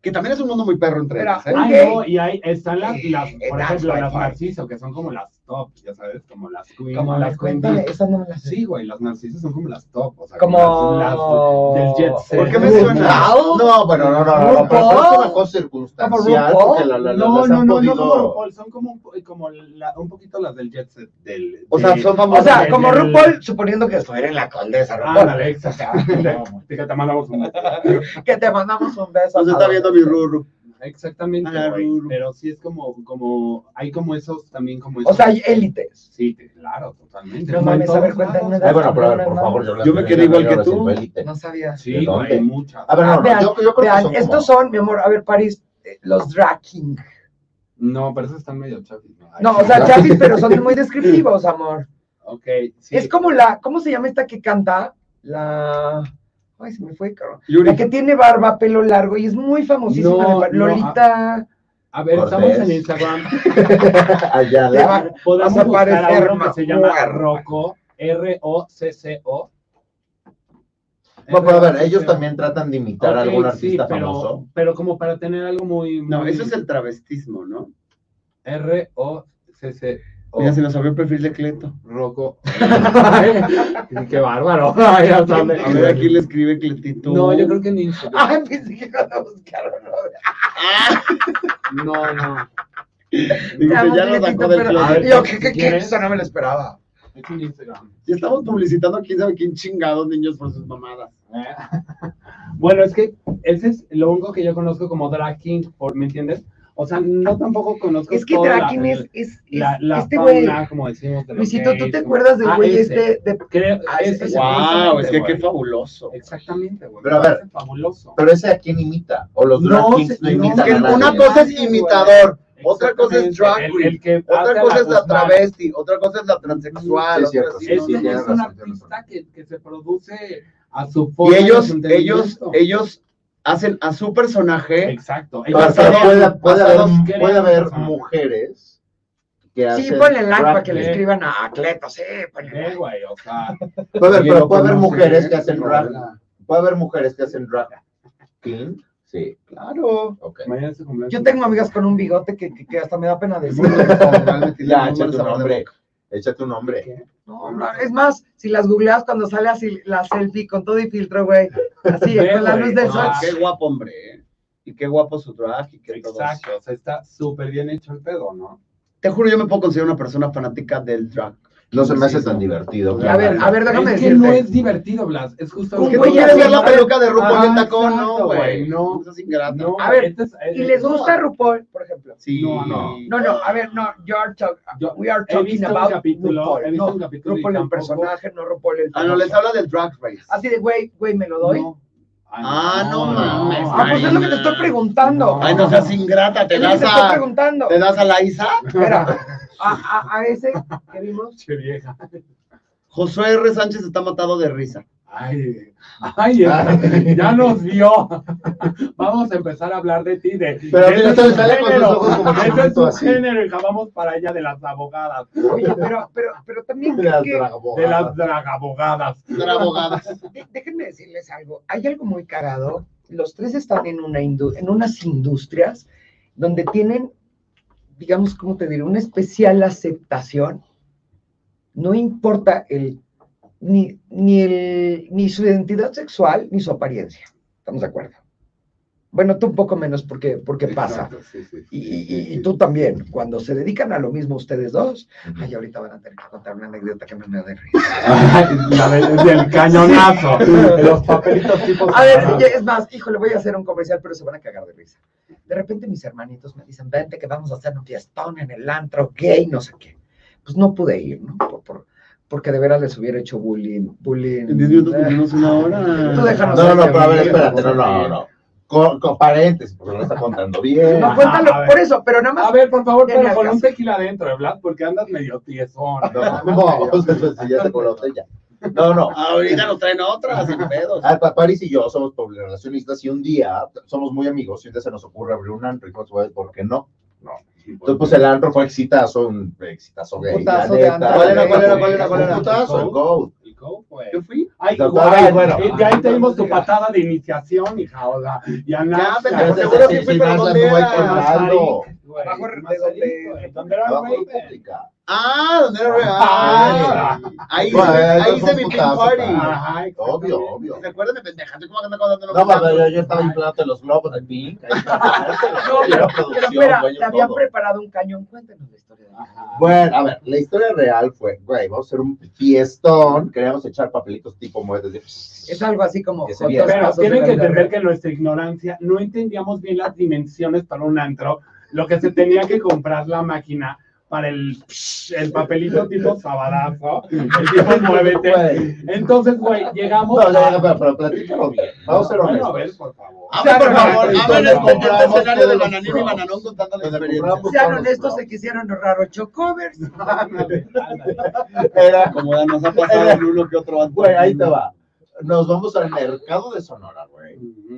S2: Que también es un mundo muy perro entre
S1: Pero,
S2: ellas, ¿eh?
S3: Ay,
S1: Ok.
S3: no, y ahí están las, las
S1: Eh,
S3: por
S1: that's
S3: ejemplo,
S1: my
S3: las
S1: point.
S3: narciso, que son como las top, ya sabes, como las queen,
S1: Como
S3: las
S1: las cuentas,
S3: queen.
S1: esa no me la sé.
S3: Sí, güey, las narcisos son como las top, o sea,
S1: Como.
S3: las, las del jet set.
S2: ¿Por qué me suena?
S4: No, bueno, no, no, no, no, pero es una cosa circunstancial. porque la- la- la-
S3: No,
S4: las
S3: no, no,
S4: han
S3: no
S4: podido-
S3: como RuPaul, son como, un- como la- un poquito las del jet set. Del,
S2: O sea,
S3: de-
S2: son
S1: O
S2: famosas.
S1: sea, como
S3: del-
S1: RuPaul, suponiendo que fuera en la condesa, RuPaul.
S3: Ándale, exacto. Te mandamos un-
S1: Que te mandamos un beso.
S2: Nos está viendo mi rurru.
S3: Exactamente,
S2: Ah,
S3: güey,
S2: Ruru.
S3: pero sí es como, como, hay como esos también como esos.
S1: O sea, hay élites.
S3: sí, claro, totalmente.
S1: No
S3: Como en
S1: mames, a ver,
S3: todos lados.
S1: cuéntame.
S4: Ay, Eh, bueno, pero a ver, por favor, yo, las-
S2: Yo me quedé igual que
S4: las
S2: tú.
S4: élite.
S1: No sabía.
S3: Sí,
S4: ¿De
S3: güey,
S4: dónde?
S3: muchas.
S4: A ver, no, no,
S1: vean,
S4: yo, yo creo
S1: Vean,
S4: que son
S1: estos
S4: como-
S1: son, mi amor, a ver, París, eh, los drag king.
S3: No, pero esos están medio chafis. ¿no? Ay,
S1: No, o
S3: sí,
S1: sea,
S3: ya.
S1: chapis, pero son muy descriptivos, amor.
S3: Ok, sí.
S1: Es como la, ¿cómo se llama esta que canta? La. Ay, se me fue, cabrón. La
S2: Yuri.
S1: que tiene barba, pelo largo y es muy famosísima.
S3: No,
S1: de par-
S3: no,
S1: Lolita.
S3: A ver,
S4: Cortés.
S3: estamos en Instagram.
S1: Te
S3: ah,
S4: Ayala.
S1: va-
S3: Podemos
S1: Vas a
S3: buscar a
S1: parecer
S3: uno que se llama
S1: mamá.
S3: Rocco, R-O-C-C-O.
S4: No, pero a ver, ellos
S3: R-O-C-C-O.
S4: también tratan de imitar a
S3: Ok,
S4: algún
S3: sí,
S4: artista
S3: pero,
S4: famoso.
S3: Pero como para tener algo muy.
S2: No,
S3: muy-
S2: eso es el travestismo, ¿no?
S3: R-O-C-C-O.
S2: Mira, se nos abrió el perfil de Cleto.
S3: Roco. Qué bárbaro. Ay, hasta
S2: A
S3: me-
S2: ver, aquí le escribe Cletito.
S3: No, yo creo que en Instagram.
S1: Ay, pensé que iban a buscar uno.
S3: No, no.
S2: Digo,
S1: Te amo,
S2: ya lo
S1: Cletito,
S2: sacó del
S1: pero-
S2: closet.
S1: Yo, ¿qué, qué, qué?
S3: ¿Quieres?
S1: Eso no me lo esperaba.
S3: Es en Instagram.
S2: Ya estamos publicitando a quién sabe quién chingados niños por sus mamadas.
S3: Bueno, es que ese es lo único que yo conozco como drag king, por- ¿me entiendes? O sea, no tampoco conozco.
S1: Es que
S3: toda la-
S1: drag king es, es, es-
S3: La, la
S1: este güey.
S3: fauna, como decimos. de los
S1: Luisito, ¿tú
S3: gays,
S1: te
S3: como-
S1: acuerdas del
S3: Ah,
S1: güey
S3: ese.
S1: este de
S3: Creo,
S1: Ah,
S3: ese,
S1: ese-
S3: ese
S2: Wow, es que
S3: güey.
S2: qué fabuloso.
S3: Exactamente, güey.
S4: Pero a
S3: Me
S4: ver.
S3: parece Fabuloso.
S4: Pero ese a quién imita. O los drag
S3: No, se-
S4: kings no
S3: no,
S4: imitan
S2: Es que
S4: a nadie.
S2: una cosa es imitador, otra cosa es drag
S3: Exactamente,
S2: queen,
S3: el- el que hace
S2: otra
S3: a
S2: cosa es Ah, la
S3: Guzmán.
S2: travesti, otra cosa es la transexual.
S4: Sí,
S2: otra
S4: cierto,
S2: sí,
S4: sí,
S2: no,
S3: Este
S4: sí,
S2: no.
S3: es
S4: tienes
S3: un
S4: razón, tienes
S3: artista que, que se produce a su
S2: Y
S3: forma.
S2: ellos,
S3: a su
S2: ellos,
S3: entendimiento.
S2: ellos hacen a su personaje.
S3: Exacto.
S4: O sea,
S2: Basado-
S4: puede, puede
S2: basado-
S4: haber, puede haber
S3: Ajá.
S4: mujeres que
S1: Sí,
S4: hacen
S1: ponle like
S4: drag
S1: para que le
S3: queen.
S1: escriban a Cleto, sí, ponle
S3: Eh,
S1: like.
S3: güey, o sea,
S4: Puede haber,
S2: Oye,
S4: pero
S2: lo
S4: puede haber
S2: conoce,
S4: mujeres
S2: ¿eh?
S4: que hacen
S2: No,
S4: drag.
S2: no.
S4: Puede haber mujeres que hacen drag. King. Sí,
S2: Claro.
S4: ok.
S3: mañana es su cumpleaños.
S1: Yo tengo amigas con un bigote que, que- que hasta me da pena decir.
S4: Ya, échate un nombre. Échate un nombre.
S1: No, no, es más, si las googleas cuando sale así la selfie con todo y filtro, güey. Así,
S3: Ve,
S1: con la
S3: güey,
S1: luz del
S3: o
S1: sol.
S3: sea,
S2: Ah, qué guapo hombre, ¿eh? Y qué guapo su drag y qué todo. eso.
S3: Exacto, o sea, está súper bien hecho el pedo, ¿no?
S2: Te juro, yo me puedo considerar una persona fanática del drag.
S4: No se me hace
S2: Sí,
S4: tan
S2: no.
S4: divertido.
S1: A ver, a ver, déjame
S3: Es que no
S1: decirte.
S3: es divertido, Blas, es justo
S2: ¿Por
S1: ¿Cómo
S2: qué
S3: que
S2: tú
S1: voy a
S2: quieres ver la
S1: llamar?
S2: peluca de RuPaul en
S3: Ah,
S2: tacón? No,
S3: exacto,
S2: güey.
S3: güey, no.
S2: No, es ingrato.
S3: No,
S1: A ver,
S3: este es-
S1: Y les gusta RuPaul, por ejemplo.
S2: Sí.
S3: No, no.
S1: No, no, a ver, no, you are talk-
S3: Yo
S1: we are
S3: he
S1: talking
S3: visto un
S1: about
S3: capítulo, he
S1: RuPaul.
S3: visto
S1: No,
S3: un capítulo y
S1: RuPaul el
S3: tampoco-
S1: personaje, no RuPaul el
S2: Ah, no, les
S1: famoso.
S2: habla del drag race.
S1: Así de, güey, güey, me lo doy.
S3: No. Ay,
S2: Ah, no mames,
S1: Ah, pues es lo que te
S2: Marina.
S1: estoy preguntando.
S3: No.
S2: Ay, no seas ingrata, te
S1: Es lo que
S2: das
S1: te estoy
S2: a.
S1: preguntando.
S2: Te das a la Isa.
S1: Espera, a, a, a ese que vimos.
S3: Che vieja.
S2: Josué R. Sánchez está matado de risa.
S3: Ay, ay, ya- ya nos vio. Vamos a empezar a hablar de ti. De,
S4: Pero
S3: de
S4: mira,
S3: ese
S4: sale- sale con los ojos como
S3: Ese es
S4: chiquito,
S3: un
S4: así.
S3: género, hija. Vamos para allá de las abogadas,
S1: Oye, pero, pero, pero también
S4: De las
S1: que-
S3: de
S4: dragabogadas.
S3: las dragabogadas.
S2: Era abogada.
S1: de- déjenme decirles algo. Hay algo muy cagado. Los tres están en, una indu- en unas industrias donde tienen, digamos, ¿cómo te diré? Una especial aceptación. No importa el ni, ni, el, ni su identidad sexual ni su apariencia. ¿Estamos de acuerdo? Bueno, tú un poco menos porque, porque pasa.
S2: Exacto, sí, sí, sí,
S1: Y,
S2: sí,
S1: y- y
S2: sí,
S1: tú
S2: sí.
S1: también, cuando se dedican a lo mismo ustedes dos,
S4: Ujú.
S1: ay, ahorita van a tener que contar una anécdota que me me de reír.
S3: La del del cañonazo. Los papelitos tipo.
S1: A ver, ya, es más, hijo, le voy a hacer un comercial, pero se van a cagar de risa. De repente mis hermanitos me dicen, vente que vamos a hacer un fiestón en el antro gay, no sé qué. Pues no pude ir, ¿no? Por- por- porque de veras les hubiera hecho bullying, bullying. Eh,
S2: En 10 minutos cumplimos una hora.
S1: Tú déjanos.
S4: No, no, no,
S1: este,
S4: pero a ver,
S1: amigo.
S4: espérate, no, no, no. Con, con paréntesis, porque no está contando bien.
S1: No, cuéntalo,
S3: a ver.
S1: por eso, pero nada más.
S3: A ver, por favor,
S1: Ya ni
S3: pero
S1: al
S3: con un
S1: caso.
S3: tequila adentro, ¿verdad? Porque andas medio tiesón.
S4: No, no, o sea, pues, sí, ya sacó la botella. No, no.
S2: Ahorita nos traen otra, sin pedos.
S4: Ah, pa- Paris y yo somos poblacionistas y un día somos muy amigos y un día se nos ocurre abrir un antro y pues, güey, ¿por qué no? Entonces, pues el antro fue exitazo, un exitazo gay.
S1: Putazo
S4: la
S1: de
S4: neta.
S1: antro.
S4: ¿Cuál era, cuál era, cuál
S2: era, cuál era?
S4: Un putazo, el Goat.
S3: El coke, güey.
S6: Yo fui.
S3: Ay,
S4: Doctor,
S3: guay,
S4: ay, bueno.
S3: eh, de ahí te dimos tu patada de iniciación, hija, o sea, ya nada.
S6: vete,
S3: Ya,
S6: pues,
S3: ya,
S6: seguro
S3: sí,
S6: que
S3: sí,
S6: fui,
S3: sí,
S6: pero
S3: más
S6: ¿dónde
S3: las
S6: era?
S3: con más
S4: Abajo
S3: Arik, güey,
S1: abajo
S3: más
S1: de donde-
S3: Arik, güey, ¿Dónde era
S4: Abajo de
S3: Raven?
S4: pública.
S6: Ah, ¿dónde era?
S3: Ah,
S6: Ah, ahí hice,
S4: Bueno, ahí
S6: ahí
S4: fue
S6: hice
S4: un
S6: mi pink
S4: putazo,
S6: party.
S4: claro.
S3: Ajá, exactamente.
S4: Obvio, obvio.
S6: Recuérdame, pendeja, ¿tú cómo andas contando
S4: No, pero yo, yo estaba inflándote los globos de pink. ahí estaba,
S1: No,
S4: era
S1: pero, pero
S4: producción,
S1: espera,
S4: güey,
S1: te habían
S4: todo.
S1: preparado un cañón. Cuéntanos la historia. de-
S3: Ajá.
S4: Bueno, a ver, la historia real fue, güey, vamos a hacer un fiestón, queríamos echar papelitos tipo muertes.
S1: Es algo así como.
S4: Ese
S1: con
S4: día.
S1: dos
S3: Pero
S1: pasos de
S3: tienen
S1: la
S3: que
S1: vida
S3: entender
S1: real.
S3: que nuestra ignorancia no entendíamos bien las dimensiones para un antro, lo que se tenía que comprar la máquina para el, el papelito tipo sabadazo, el tipo muévete. Entonces, güey, llegamos.
S4: No, ya,
S3: a-
S4: ya, pero, pero platícalo bien. Vamos a ser
S3: Bueno, a ver,
S4: honestos.
S3: por favor.
S6: Habla, por favor,
S4: Entonces,
S6: habla el
S4: compramos
S6: el escenario de
S4: todos
S6: Bananero y
S4: los
S6: Bananón contando la
S4: Donde
S6: experiencia.
S4: compramos
S1: Sean
S4: todos los
S1: honestos, se
S4: props.
S1: quisieron ahorrar ocho covers.
S4: Era,
S6: Como nos ha pasado en uno que otro antes.
S4: güey, ahí te va. Nos vamos al mercado de Sonora, güey.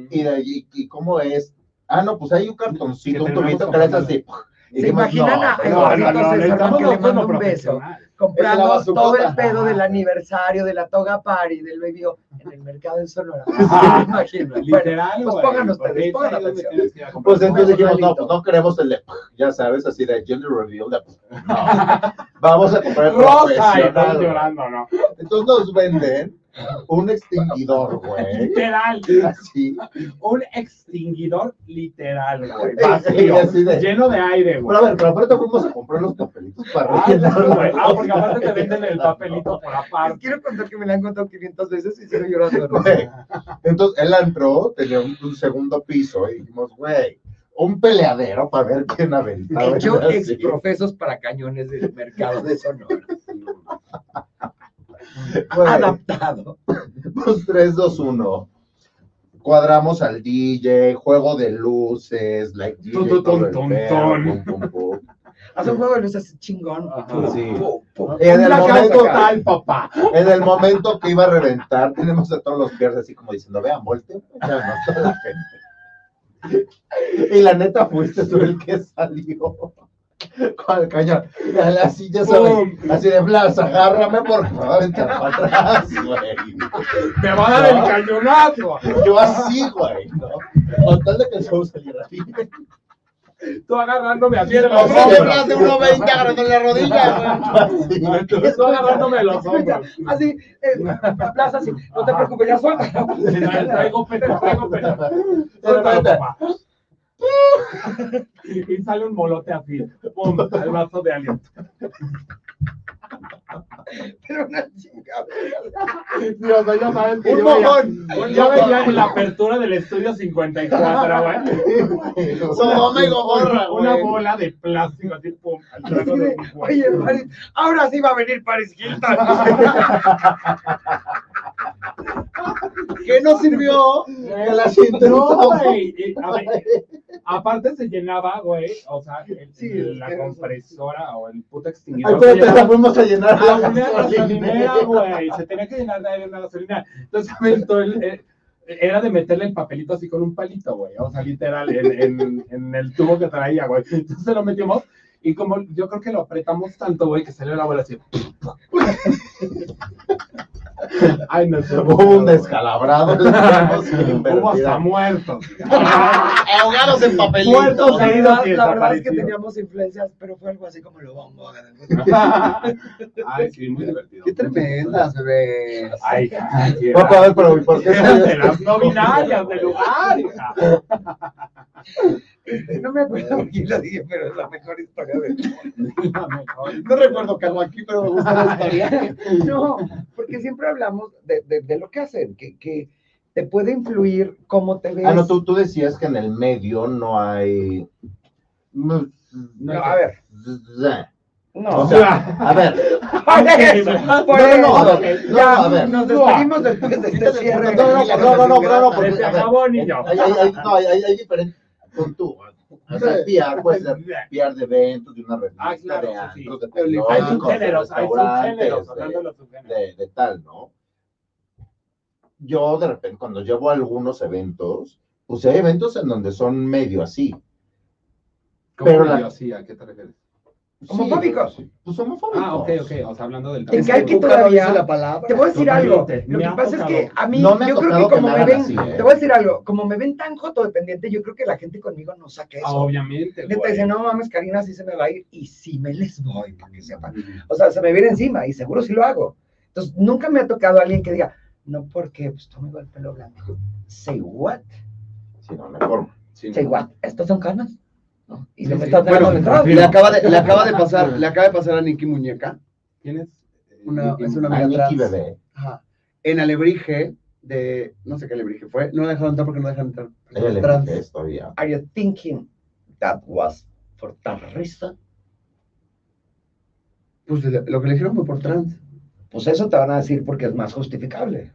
S4: Y de allí, ¿y cómo es? Ah, no, pues hay un cartoncito,
S3: Que
S4: un
S3: tenemos
S4: tubito que le haces
S3: comprado.
S4: así. Y
S1: ¿Se
S4: dijimos,
S1: imaginan a-
S4: no,
S3: No, no,
S1: Entonces,
S3: no,
S1: hermano,
S3: necesitamos
S1: que le
S3: lo
S1: mando
S3: lo
S1: un beso.
S3: profesional.
S6: Es la
S1: comprando
S6: bazucota.
S1: todo el pedo del aniversario, de la toga party, del baby O en el mercado de Sonora.
S3: Ajá.
S1: Me imagino. Bueno,
S3: Literal,
S1: pues
S3: güey,
S1: pongan ustedes,
S3: porque es
S1: pongan
S3: ahí donde
S1: atención.
S3: tienes que ir a comprar.
S4: Pues entonces dijimos, no,
S1: Personalito.
S4: pues no queremos el de, ya sabes, así de gender reveal. de- pues, no. Vamos a comprar el
S3: Rosa, y estás
S4: profesional, güey.
S3: llorando, ¿no?
S4: Entonces nos venden un extinguidor, güey.
S3: Literal,
S4: Así.
S3: un extinguidor literal, güey,
S4: Y
S3: vacío,
S4: así de-
S3: lleno de aire, güey.
S4: Pero a ver, pues, pero aparte fuimos a comprar los papelitos para
S3: Ah,
S4: rellenar
S3: no,
S4: la
S3: güey. Ah,
S4: cosa.
S3: porque aparte te venden el papelito por
S1: les
S3: aparte.
S1: quiero contar que me la han contado 500 veces y sigo llorando. ¿no?
S4: Güey. Entonces él entró, tenía un, un segundo piso y dijimos, güey, un peleadero para ver quién aventaba.
S1: Yo
S4: Así.
S1: exprofesos para cañones del mercado de Sonora.
S4: Güey,
S1: Ah, Adaptado.
S4: pues, 3, 2, 1. Cuadramos al DJ, juego de luces, like DJ,
S3: Tun, tun,
S4: todo
S3: tun,
S4: el
S3: tun,
S4: pedo,
S3: tun.
S4: pum, pum, pum.
S1: Haz un juego de luces así chingón.
S3: Ajá.
S1: Pum,
S4: Sí.
S1: pum, pum.
S4: En el
S3: La caos
S4: momento
S3: total, papá.
S4: En el momento que iba a reventar, tenemos a todos los pierdes así como diciendo, vean, volte, ya no, toda la gente. Y la neta fuiste tú el que salió. Con el cañón. Y a la silla, ¿sabes? Así de Blas, agárrame porque me va a aventar para atrás, güey.
S3: Me va a dar el cañonazo.
S4: Yo así, güey, ¿no? Con tal de que el show saliera bien.
S3: Tú agarrándome así de los
S6: Como si
S3: hombros.
S6: de 1.20 agarrándole la rodilla, güey.
S4: Así, entonces,
S3: Tú agarrándome de los
S1: Escucha,
S3: hombros.
S1: Así, eh, plaza así. No te preocupes, ya suelta.
S3: Traigo pena, traigo pena. Suéltalo, papá. Y sale un molote así, pum, al vaso de alguien.
S1: Pero una chingada.
S3: Dios mío, sabes que
S4: Un
S3: yo veía,
S4: mojón.
S3: yo veía en la apertura del estudio 54, güey.
S6: Sodoma y Gomorra,
S3: Una,
S6: güey.
S3: una bola de plástico así, pum, al
S1: Así
S3: trago
S1: de,
S3: de un
S1: Oye, Paris, ahora sí va a venir Paris Hilton.
S6: Que no sirvió.
S3: Que la No, güey. eh, a ver, aparte se llenaba, güey. O sea, el-
S1: Sí,
S3: el-
S1: es
S3: la
S1: que-
S3: compresora o el puto
S4: Ay,
S3: extinguidor. se
S4: espérate, la
S3: llenaba
S4: fuimos a llenar
S3: a
S4: la
S3: una gasolinera,
S4: gasolinera.
S3: Ah, güey. Se tenía que llenar de aire una gasolina. Entonces aventó el. el- era de meterle el papelito así con un palito, güey. O sea, literal, en, en- en el tubo que traía, güey. Entonces lo metimos y como yo creo que lo apretamos tanto, güey, que salió la bola así. Ay, no sé.
S4: Hubo un descalabrado.
S3: Hubo hasta muertos.
S6: Ahogados en papelitos.
S3: Muertos
S1: La
S3: de-
S1: verdad,
S3: Sí,
S1: la verdad es que
S3: desapareció.
S1: teníamos influencias, pero fue algo así como lo bombo.
S3: Ay, sí, muy divertido.
S2: Qué tremendas, bebé.
S3: Ay, qué
S4: Papá, a ver, pero ¿por qué
S3: de las no binarias del lugar, hija.
S1: Este, no me acuerdo por quién lo dije, pero es la mejor historia de
S3: La mejor.
S6: No recuerdo que hago aquí, pero me gusta la historia.
S1: No, porque siempre hablamos de, de- de lo que hacen, que, que te puede influir cómo te ves.
S4: Ah, no, tú, tú decías que en el medio no hay. No,
S1: No, a ver, no.
S4: O sea, a ver,
S1: Por eso, por
S4: no,
S1: eso.
S4: no, a ver, Pues, no,
S1: Ya,
S4: a ver.
S1: Nos despedimos después de este
S4: no,
S1: cierre.
S4: no, no, no, no, no, no, porque,
S3: Se
S4: a ver,
S3: acabó, niño.
S4: hay, hay, hay- no, hay, hay, hay diferentes. Con tú. O sea, PR puede ser
S3: Pues,
S4: PR de eventos, de una revista,
S3: Ah, claro,
S4: de
S3: sí, sí.
S4: antros, de
S3: Hay
S4: periódicos,
S3: subgéneros,
S4: de
S3: hay subgéneros,
S4: restaurantes, este,
S3: hablando de los subgéneros.
S4: de, de tal, ¿no? Yo de repente, cuando llevo a algunos eventos, pues hay eventos en donde son medio así.
S3: ¿Cómo
S4: Pero
S3: que
S4: la-
S3: yo sí? ¿A qué te refieres?
S1: Homofóbicos.
S4: Sí, pues homofóbicos.
S3: Ah, ok, ok. O sea, hablando del
S1: Te
S2: Es
S1: cae que
S2: nunca
S1: todavía-
S2: dice la palabra.
S1: Te voy a decir algo.
S3: Totalmente,
S1: Lo
S3: me
S1: que
S3: ha
S1: pasa es que
S3: tocado.
S1: a mí,
S4: No me ha
S1: yo creo que
S4: tocado que
S1: como
S4: me
S1: me
S4: hagan
S1: ven,
S4: así, ¿eh?
S1: te voy a decir algo, como me ven tan codependiente, yo creo que la gente conmigo no saca
S3: Ah,
S1: eso.
S3: Obviamente.
S1: Neta
S3: güey.
S1: dice, no mames, Karina, sí se me va a ir. Y sí me les voy, para que sepan. O sea, se me viene encima y seguro sí lo hago. Entonces, nunca me ha tocado alguien que diga, no, porque pues tú me el pelo blanco. Say what?
S4: Sí, no, no hay forma.
S3: Sí,
S1: Say
S3: no.
S1: what? ¿Estas son canas? ¿No? Y se
S3: Sí,
S1: me
S3: sí.
S1: estás dando
S3: Bueno,
S1: detrás.
S2: Le acaba de, le acaba de pasar, le acaba de pasar a Nicky Muñeca.
S3: ¿Quién es?
S2: Una, es una
S4: A
S2: amiga
S4: Nicky
S2: trans.
S4: Bebé.
S2: Ajá. En Alebrije, de no sé qué Alebrije fue, no la dejaron entrar porque no dejaron entrar.
S4: Ella le
S2: Trans.
S4: mete esto todavía.
S1: Are you thinking that was for that reason?
S2: Pues le- lo que le dijeron fue por trans.
S1: Pues eso te van a decir porque es más justificable.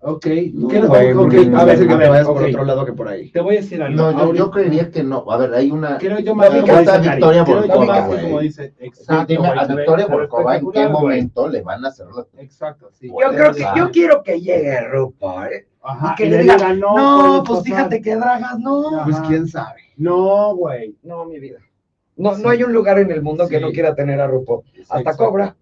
S3: Ok.
S2: ¿Qué
S3: ¿Qué
S2: no,
S3: fue?
S2: porque
S3: Ok,
S2: a veces que
S3: a
S2: te vayas por
S3: ok.
S2: otro lado que por ahí.
S3: Te voy a decir algo.
S4: No, yo,
S3: Ahorita-
S4: yo creería que no. A ver, hay una.
S3: Creo yo más bien
S4: Creo que está
S3: como dice
S4: Victoria
S3: Cari. Creo yo
S4: Volkova,
S3: más que
S4: güey.
S3: como dice.
S4: Sí,
S3: Exacto.
S4: Ah, dime,
S3: güey,
S4: a
S3: se ve-
S4: Victoria
S3: se ve
S4: Volkova, ¿en qué
S3: espectacular, güey.
S4: momento le van a hacer los
S3: Exacto, sí.
S1: Yo creo
S3: ah.
S1: que, yo
S4: ¿verdad?
S1: quiero que llegue RuPaul. ¿eh?
S3: Ajá.
S1: que
S3: y
S1: le
S3: le
S1: diga,
S3: diga, no.
S1: No,
S3: puedes
S1: pues
S3: pasar".
S1: fíjate que dragas, no.
S3: Ajá.
S2: Pues quién sabe.
S3: No, güey.
S1: No, mi vida. No, no hay un lugar en el mundo que
S3: Sí.
S1: no quiera tener a RuPaul. Hasta
S3: Exacto.
S1: Cobra.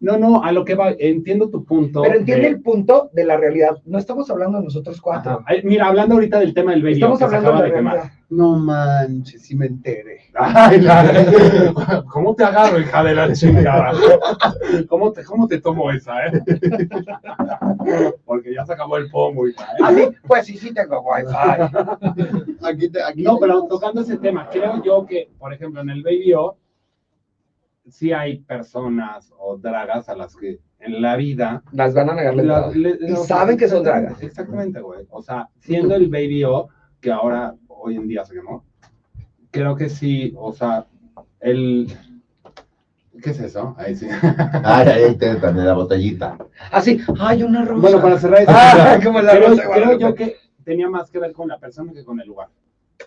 S3: No, no, a lo que va, entiendo tu punto.
S1: Pero entiende
S3: de-
S1: el punto de la realidad. No estamos hablando de nosotros cuatro.
S3: Ajá. Ay, Mira, hablando ahorita del tema del bello,
S1: Estamos
S3: que se
S1: hablando
S3: acaba
S1: de la
S3: quemar.
S1: realidad.
S2: No manches, si me enteré.
S3: Ay, la- ¿Cómo te agarro, hija de la chingada? ¿Cómo te, cómo te tomo esa, eh? Porque ya se acabó el pomo, hija. ¿eh?
S1: A mí, pues sí, sí tengo wifi.
S2: Aquí te, aquí
S3: No,
S2: te-
S3: pero tocando ese tema, creo yo que, por ejemplo, en el Baby O, sí hay personas o dragas a las que en la vida.
S1: Las van a negar la
S3: la-
S1: entrada.
S3: le-
S1: Y
S3: no,
S1: saben que son
S3: exactamente,
S1: dragas.
S3: Exactamente, güey. O sea, siendo el Baby O, que ahora, hoy en día se quemó, creo que sí, o sea, el. ¿Qué es eso? Ahí sí.
S4: Ay, ay, ahí te dan la botellita.
S1: Así, hay Ah, una rosa.
S3: Bueno, para cerrar este
S1: Ah,
S3: tema,
S1: como la
S3: creo,
S1: rosa de
S3: creo
S1: Guadalupe.
S3: yo que tenía más que ver con la persona que con el lugar.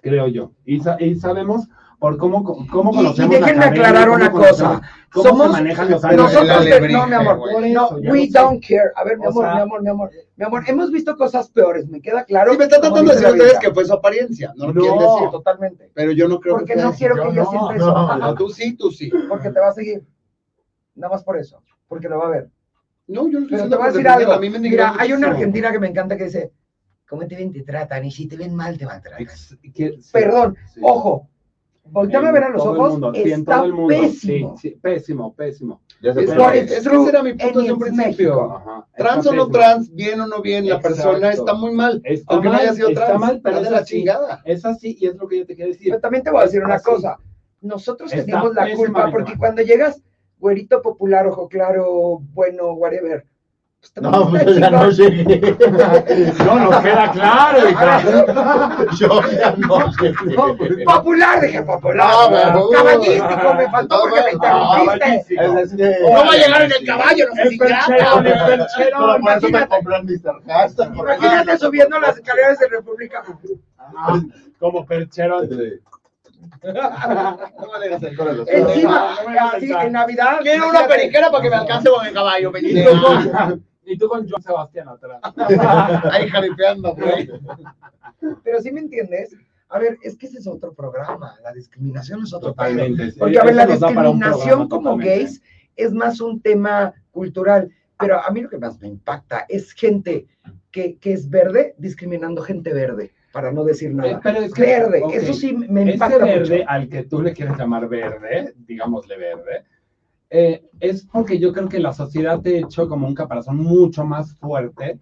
S3: Creo yo. Y, sa- y sabemos por cómo, cómo
S1: Y- y
S3: conocemos. la
S1: déjenme
S3: academia,
S1: aclarar
S3: cómo
S1: una cosa.
S3: conocemos- ¿Cómo
S1: Somos-
S3: se manejan los
S2: Pero
S3: años?
S1: Nosotros,
S2: el
S1: te-
S2: alebrije,
S1: no, mi amor.
S2: güey.
S3: Por eso,
S1: No,
S3: ya
S1: we
S3: lo sé.
S1: don't care. A ver, mi
S3: O
S1: amor,
S3: sea-
S1: mi amor, mi amor. Mi amor, hemos visto cosas peores, me queda claro.
S2: Sí, me están tratando de decir
S1: Como dice
S2: ustedes
S1: la
S2: que fue su apariencia. No lo
S3: No.
S2: quieren
S1: Biblia. Sí,
S2: decir.
S1: totalmente.
S2: Pero yo no creo
S1: Porque
S2: que
S1: no
S2: ustedes-
S1: quiero
S2: yo
S1: que ella
S2: no,
S1: sienta
S2: no,
S1: eso.
S2: no, tú sí, tú sí.
S1: Porque te va a seguir. Nada más por eso. Porque lo va a ver.
S2: No, yo
S1: Pero
S2: no estoy
S1: te
S2: diciendo
S1: voy a
S2: por
S1: decir
S2: defender,
S1: algo.
S2: a mí me
S1: Mira,
S2: dijeron
S1: hay una
S2: muchísimo.
S1: argentina que me encanta que dice, ¿cómo te ven? Te tratan. Y si te ven mal, te maltratan.
S3: Ex- que- sí,
S1: Perdón,
S3: sí.
S1: ojo. Volteame a ver a
S3: En
S1: los
S3: todo el
S1: ojos.
S3: mundo, sí, en
S1: está
S3: todo el mundo, sí,
S1: pésimo.
S3: sí, pésimo, pésimo.
S4: Ya se
S2: Es-
S4: fue.
S1: Por
S2: es-
S1: it's
S2: ese era mi
S1: true
S2: punto desde un
S1: and it's
S2: principio.
S1: México.
S3: Ajá, está
S2: Trans o no
S3: pésimo.
S2: trans, bien o no bien, la
S3: Exacto.
S2: persona está muy mal.
S3: Está
S2: Aunque no haya
S3: mal,
S2: sido
S3: está
S2: trans,
S3: mal, pero
S2: está de
S3: es
S2: la
S3: así.
S2: chingada.
S3: Es así y es lo que yo te quiero decir.
S1: Pero también te voy a decir una
S2: Ah,
S3: Así.
S1: cosa. Nosotros
S3: Está
S1: tenemos la culpa
S3: pésimamente
S1: porque
S3: mal.
S1: cuando llegas, güerito popular, ojo claro, bueno, whatever. pues también
S4: No,
S1: está
S4: pues ya no
S1: chingón.
S4: llegué.
S3: No, nos queda claro, hija.
S4: Yo ya no llegué.
S2: No, pues,
S1: Popular, dije popular.
S2: No, bueno.
S1: Caballístico, me faltó porque me interrumpiste.
S4: Es- es que-
S6: No va a llegar en el caballo, no sé si graba.
S4: Pero por eso te
S1: imagínate.
S4: compré el Mr. Hashtag, porque-
S1: Imagínate subiendo las escaleras de República.
S3: Ah, Como perchero.
S6: No me dejes el-
S4: Con los-
S1: Encima,
S3: no me hagas
S1: así
S3: pensar.
S1: en Navidad.
S6: Quiero una
S1: imagínate.
S6: periquera para que me alcance con el caballo,
S3: Y
S6: pendeja.
S3: tú con- y tú con Joan Sebastián atrás.
S6: Ahí jaripeando, güey.
S1: Pero sí me entiendes. A ver, es que ese es otro programa. La discriminación es otro tema.
S3: Totalmente.
S1: Porque, a ver, la
S3: Eso nos da para un
S1: discriminación
S3: programa
S1: como
S3: totalmente.
S1: gays es más un tema cultural. Pero a mí lo que más me impacta es gente que, que es verde discriminando gente verde, para no decir
S3: Eh,
S1: nada.
S3: Pero es que,
S1: Verde,
S3: ok,
S1: eso sí me
S3: Este
S1: impacta
S3: verde
S1: mucho.
S3: al que tú le quieres llamar verde, digámosle verde, eh, es porque yo creo que la sociedad te ha hecho como un caparazón mucho más fuerte,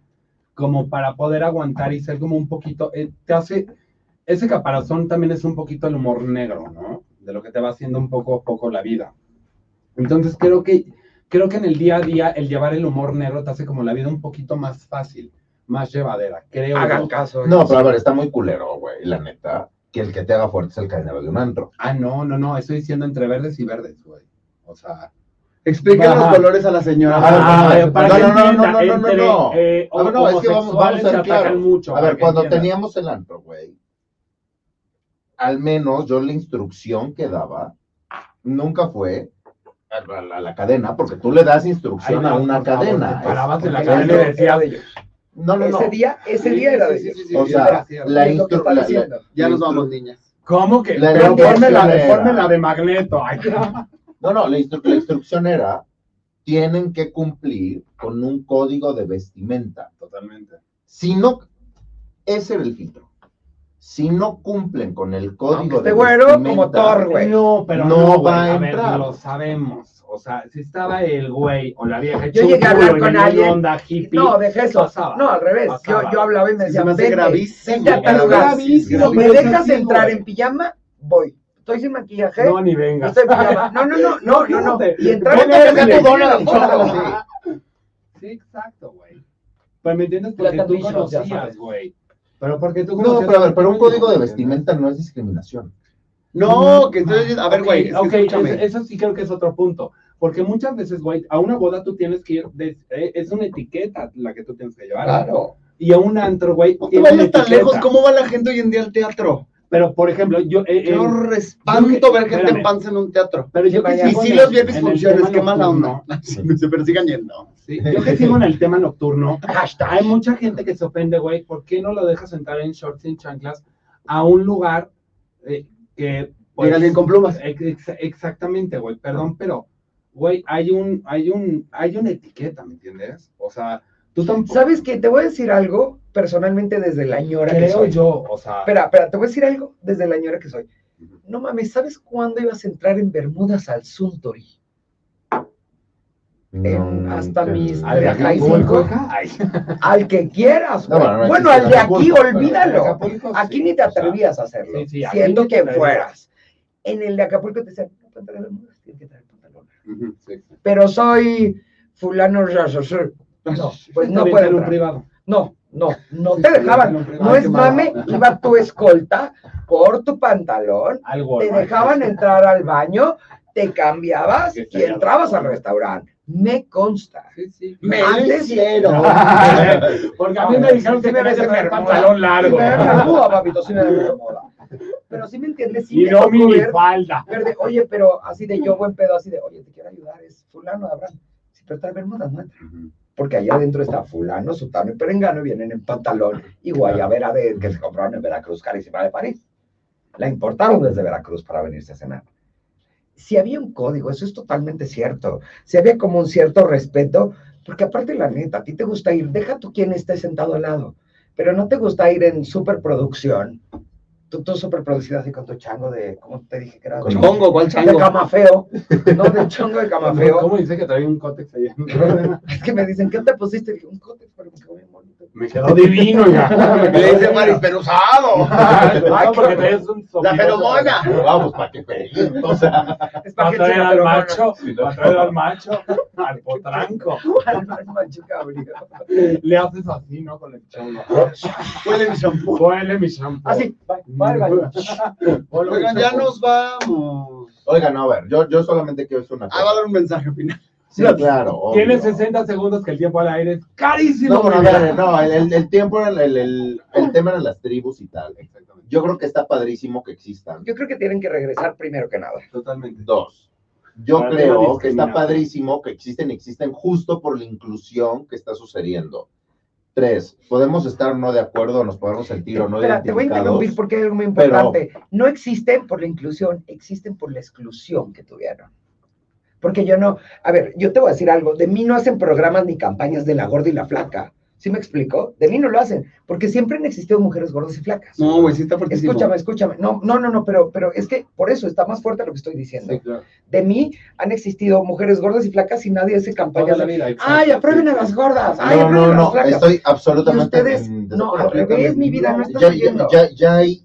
S3: como para poder aguantar y ser como un poquito, eh, te hace, ese caparazón también es un poquito el humor negro, ¿no? De lo que te va haciendo un poco a poco la vida. Entonces creo que, creo que en el día a día el llevar el humor negro te hace como la vida un poquito más fácil, más llevadera, creo.
S1: Hagan
S3: yo.
S1: caso. ¿eh?
S4: No, pero a ver, está muy culero, güey, la neta. Que el que te haga fuerte es el cadenero de un antro.
S3: Ah, no, no, no, estoy diciendo entre verdes y verdes, güey. O sea,
S2: Explica
S3: Ajá.
S2: los colores a la señora.
S3: Ah,
S2: Ajá.
S3: eh, para
S4: no,
S3: que
S4: no, no,
S3: entienda,
S4: no, no, no,
S3: entre,
S4: no.
S3: eh,
S4: Ah, bueno, es que vamos-
S3: homosexuales
S4: vamos a ser
S3: se atacan
S4: claros.
S3: mucho.
S4: A
S3: para
S4: ver,
S3: que
S4: cuando
S3: entiendan.
S4: teníamos el antro, güey, al menos yo la instrucción que daba nunca fue a, a- a la cadena, porque tú le das instrucción
S3: Ay,
S4: a
S3: no,
S4: una
S3: por favor,
S4: cadena.
S3: te parabas en la
S1: Porque
S4: cadena
S3: cadena y
S1: era
S3: decías,
S1: de ellos.
S4: No, no, no.
S1: Ese día, ese día era de ellos.
S4: o
S9: sí,
S4: sea,
S9: sí, sí,
S4: la
S1: Es lo que
S4: instru-
S1: está
S4: la- la-
S1: diciendo.
S9: Ya nos vamos, niñas.
S3: ¿cómo que?
S4: La
S3: Pero
S4: instrucción
S3: ponme la, de-
S4: era-
S3: ponme la de Magneto. Ay, no.
S4: No, no, la, instru- la instrucción era, tienen que cumplir con un código de vestimenta.
S3: Totalmente.
S4: Si no, ese era el filtro. Si no cumplen con el código
S1: Aunque esté
S4: de
S1: güero,
S4: vestimenta,
S1: como Thor, güey.
S3: No, pero
S4: No
S3: no,
S4: va
S3: güey,
S4: a
S3: ver,
S4: entrar.
S3: lo sabemos. O sea, si estaba el güey o la vieja
S1: Yo llegué a hablar
S3: chulo y
S1: con
S3: en
S1: alguien.
S3: onda hippie.
S1: No, dejé eso.
S3: Pasaba.
S1: no, al revés. Yo,
S3: Pasaba.
S1: yo hablaba y me
S2: Se
S1: decían,
S2: me hace
S1: vente,
S2: gravísimo.
S1: vente a tal lugar.
S2: Gravísimo.
S1: Si me
S2: pero es
S1: dejas
S2: así,
S1: entrar
S2: güey.
S1: en pijama, voy. Estoy sin maquillaje.
S3: No, ni
S1: no
S3: venga.
S1: estoy en pijama. No, no, no, no, no, no. Y entrar en
S3: Ponte
S1: pijama,
S3: esa
S1: tampoco.
S2: corona de chocolate.
S3: Sí, exacto, güey. Pero me entiendes
S1: La
S3: porque tú
S1: camisa, ya
S3: conocías,
S1: sabes.
S3: güey. Pero porque tú
S4: No,
S3: conocías.
S4: pero a ver, pero un código de vestimenta no es discriminación.
S2: No, que entonces, a ver, güey, es que
S3: Ok,
S2: escúchame.
S3: es- eso sí creo que es otro punto. Porque muchas veces, güey, a una boda tú tienes que ir. de- eh, es una etiqueta la que tú tienes que llevar.
S2: Claro.
S3: Y a un antro, güey.
S2: No te
S3: es una
S2: vayas tan
S3: etiqueta.
S2: lejos. ¿Cómo va la gente hoy en día al teatro?
S3: Pero, por ejemplo, yo. eh,
S2: Qué
S3: eh,
S2: horror, espanto ver gente
S3: espérame.
S2: en panza en un teatro.
S3: pero yo
S1: que
S3: que
S1: vaya
S2: Y
S3: sigo
S2: si
S3: en
S2: los
S3: el-
S2: viejas
S3: en el
S2: funciones,
S3: tema
S2: qué mala
S3: nocturno,
S2: onda. Pero sigan yendo.
S3: Sí, yo que sigo en el tema nocturno, hay mucha gente que se ofende, güey, ¿por qué no lo dejas entrar en shorts y en chanclas a un lugar eh, que... pues,
S2: Llega alguien con plumas.
S3: ex- ex- exactamente, güey, perdón, pero, güey, hay un, hay un, hay una etiqueta, ¿me entiendes? O sea, tú tampoco...
S1: ¿Sabes qué? Te voy a decir algo personalmente desde la ñora que
S3: Creo
S1: soy.
S3: yo, o sea...
S1: Espera, espera, te voy a decir algo desde la ñora que soy. No mames, ¿sabes cuándo ibas a entrar en Bermudas al Suntory? En- hasta mis
S3: ¿al de Acapulco? Ay,
S1: Al que quieras,
S4: No,
S1: güey.
S4: bueno, no
S1: bueno,
S4: existe
S1: al de aquí,
S4: Acapulco, pero
S1: olvídalo.
S3: Acapulco,
S1: aquí
S3: sí,
S1: ni te
S3: o sea,
S1: atrevías a hacerlo,
S3: sí, sí, aquí
S1: siendo
S3: ni te
S1: quien
S3: atrevías.
S1: fueras. En el de Acapulco te decían, no puedes traer Bermudas, tienes que traer pantalón.
S3: ujú, sí.
S1: Pero soy fulano rasoser. No, pues no
S3: Está bien,
S1: puedes
S3: en un
S1: entrar.
S3: privado.
S1: No, no, no te dejaban.
S3: Ay,
S1: No
S3: qué
S1: es
S3: mala
S1: mame,
S3: onda.
S1: iba tu escolta por tu pantalón,
S3: Algo.
S1: te
S3: ¿no?
S1: dejaban entrar al baño, te cambiabas
S3: Sí,
S1: y entrabas al restaurante. Me consta.
S3: Sí, sí.
S1: Me Antes,
S3: Porque a mí me dijeron que
S1: me
S3: tenía que traer
S1: bermuda.
S3: pantalón largo.
S1: Sí me ves bermuda, papito, sí me ves bermuda. Pero sí me entiendes, sí
S3: Y
S1: me
S3: no
S1: tocó
S3: mini
S1: ver-
S3: falda.
S1: ver de, oye, pero así de yo, buen pedo, así de, oye, te quiero ayudar, es fulano, Abraham. Si pero trae bermudas, no entra. Porque allá adentro está fulano, sutano y perengano, y vienen en pantalón y guayabera de, que se compraron en Veracruz, carísima de París. La importaron desde Veracruz para venirse a cenar. Si había un código, eso es totalmente cierto. Si había como un cierto respeto, porque aparte la neta, a ti te gusta ir, deja tú quien esté sentado al lado, pero no te gusta ir en superproducción. Tú, tú superproducida así con tu chango de, ¿cómo te dije que era?
S4: Con-
S2: Chongo, ¿cuál
S1: de
S2: chango?
S1: camafeo, no de chongo de camafeo.
S3: ¿Cómo dice que traía un cótex ahí?
S1: Es que me dicen, ¿qué te pusiste? Dije, un cote, pero me quedó bien bonito.
S3: Me quedó divino ya. Me quedó
S2: Le dice
S3: divino.
S2: Maris, pero usado.
S3: Ay, no,
S1: Ay,
S3: porque
S1: qué-
S3: traías un
S2: La
S3: sopilote.
S2: feromona.
S4: Vamos, para que peleen. O sea,
S1: Es
S3: Va a
S1: gente
S3: traer al
S1: heteromana.
S3: macho, va a traer al macho, al potranco.
S1: Al macho cabrío.
S3: Le haces así, ¿no? Con el chongo.
S2: Huele mi shampoo.
S3: Huele mi shampoo.
S1: Así, bye, bye, bye.
S3: Huele mi
S2: Oigan, ya
S3: shampoo.
S2: nos vamos.
S4: oigan, no, a ver, yo, yo solamente quiero decir una
S2: Ah, va a
S4: cosa.
S2: dar un mensaje final.
S4: Sí, claro. obvio.
S3: Tienes 60 segundos que el tiempo al aire es carísimo.
S4: No, bueno,
S3: mi
S4: a
S3: vida.
S4: ver, no, el, el- el tiempo, era el, el, el- el tema eran las tribus y tal. Yo creo que está padrísimo que existan.
S1: Yo creo que tienen que regresar primero que nada.
S3: Totalmente.
S4: Dos. Yo
S3: Para mí no
S4: creo que está
S3: discriminaba.
S4: padrísimo que existen, existen justo por la inclusión que está sucediendo. Tres, podemos estar no de acuerdo, nos podemos sentir o no
S1: Espera, te voy a
S4: identificados.
S1: interrumpir porque hay algo muy
S4: pero-
S1: importante. No existen por la inclusión, existen por la exclusión que tuvieron. Porque yo no, a ver, yo te voy a decir algo, de mí no hacen programas ni campañas de la gorda y la flaca. ¿Sí me explico? De mí no lo hacen, porque siempre han existido mujeres gordas y flacas.
S2: No, güey, sí está fuertísimo.
S1: Escúchame, escúchame. No, no, no, no, pero, pero es que por eso está más fuerte lo que estoy diciendo.
S3: Sí, claro.
S1: De mí han existido mujeres gordas y flacas y nadie hace
S3: Toda
S1: campañas
S3: la
S1: de
S3: vida.
S1: ¡Ay,
S3: exacto,
S1: aprueben
S3: sí.
S1: a las gordas! ¡Ay,
S4: No,
S1: aprueben
S4: no,
S1: a las
S4: no,
S1: flacas!
S4: estoy absolutamente.
S1: Y ustedes,
S4: en
S1: no,
S4: desacuerdo.
S1: al revés, mi vida, no estás
S4: ya,
S1: oyendo.
S4: ya, ya, ya hay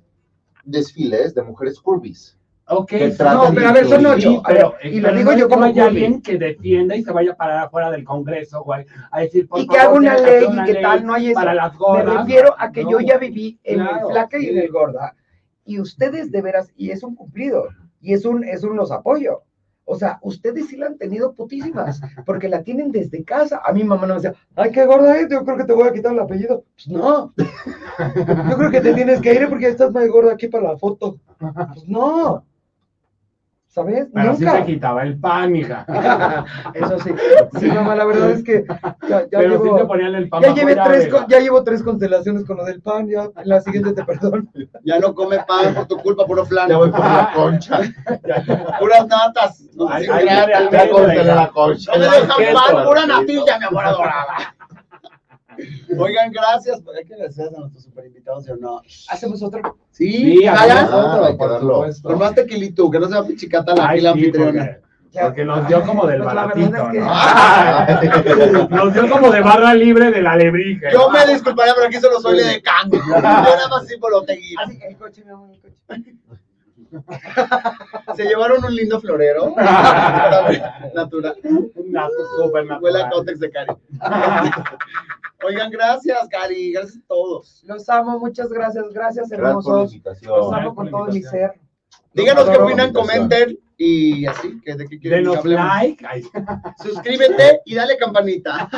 S4: desfiles de mujeres curvis.
S3: Ok,
S4: Que
S3: sí,
S4: tratan
S1: No, pero a ver, son
S4: Sí,
S1: ocho. A ver, y lo
S3: pero
S1: digo
S3: no
S1: yo
S3: es-
S1: como
S3: no hay
S1: Julio.
S3: alguien que defienda y se vaya a parar afuera del Congreso, güey, a decir, por
S1: Y que haga
S3: favor,
S1: una
S3: tiene que
S1: ley
S3: hacer una
S1: y que
S3: ley
S1: tal, no hay eso.
S3: para las
S1: Me
S3: gordas.
S1: refiero a que yo
S3: No,
S1: ya viví en
S3: claro,
S1: el flaca y en
S3: sí.
S1: el gorda. Y ustedes de veras, y es un cumplido, y es un, es un los apoyo. O sea, ustedes sí la han tenido putísimas, porque la tienen desde casa. A mi mamá no me decía, ay, qué gorda es, yo creo que te voy a quitar el apellido. Pues no. Yo creo que te tienes que ir porque estás más gorda aquí para la foto. Pues no. ¿Sabes?
S3: Pero sí
S1: Nunca.
S3: te quitaba el pan, mija.
S1: Eso sí. Sí, mamá, la verdad es que ya, ya
S3: pero
S1: llevo-
S3: sí te ponían el pan.
S1: ya
S3: bajo
S1: llevé
S3: llave,
S1: tres, con-
S3: güey.
S1: ya llevo tres constelaciones con lo del pan, ya la siguiente te perdono.
S2: Ya no come pan por tu culpa, puro flan.
S4: Ya voy por la concha.
S2: Puras natas. No
S3: Ay,
S2: sé,
S3: ay,
S2: gratis.
S3: ay,
S4: Ya constelé la concha.
S2: No me
S3: Qué
S2: dejan pan, pura
S3: torcido.
S2: natilla, mi amor adorada. Oigan, gracias. Hay que gracias a nuestros super invitados, o no?
S1: Hacemos otro.
S2: Sí,
S3: Sí, a
S2: ¿Calas?
S4: Ah, hay
S3: nosotros,
S4: que
S3: por
S4: darlo.
S3: supuesto.
S2: Con más tequilito, que no sea pichicata la
S3: Ay,
S2: fila
S3: sí,
S2: anfitriona.
S3: porque- Porque nos dio como del
S1: Pues la verdad
S3: baratito,
S1: es que-
S3: ¿no? Nos dio como de barra libre del alebrije.
S2: Yo me disculparía, pero aquí solo soy le de cango. Yo nada más sí por lo tequil.
S1: Así, el coche, mi amor, el coche.
S2: Se llevaron un lindo florero. Natural.
S3: Súper
S2: Huele a cótex de Cari. Oigan, gracias, Cari. Gracias a todos.
S1: Los amo, muchas gracias, gracias,
S4: Gracias por la
S1: hermosos. Los
S4: invitación.
S1: amo con todo mi ser.
S2: Díganos qué
S1: Adoro.
S2: opinan, comenten y así, que de qué
S3: De
S2: quieren que
S3: los
S2: hablemos.
S3: like. Ay,
S2: Suscríbete y dale campanita.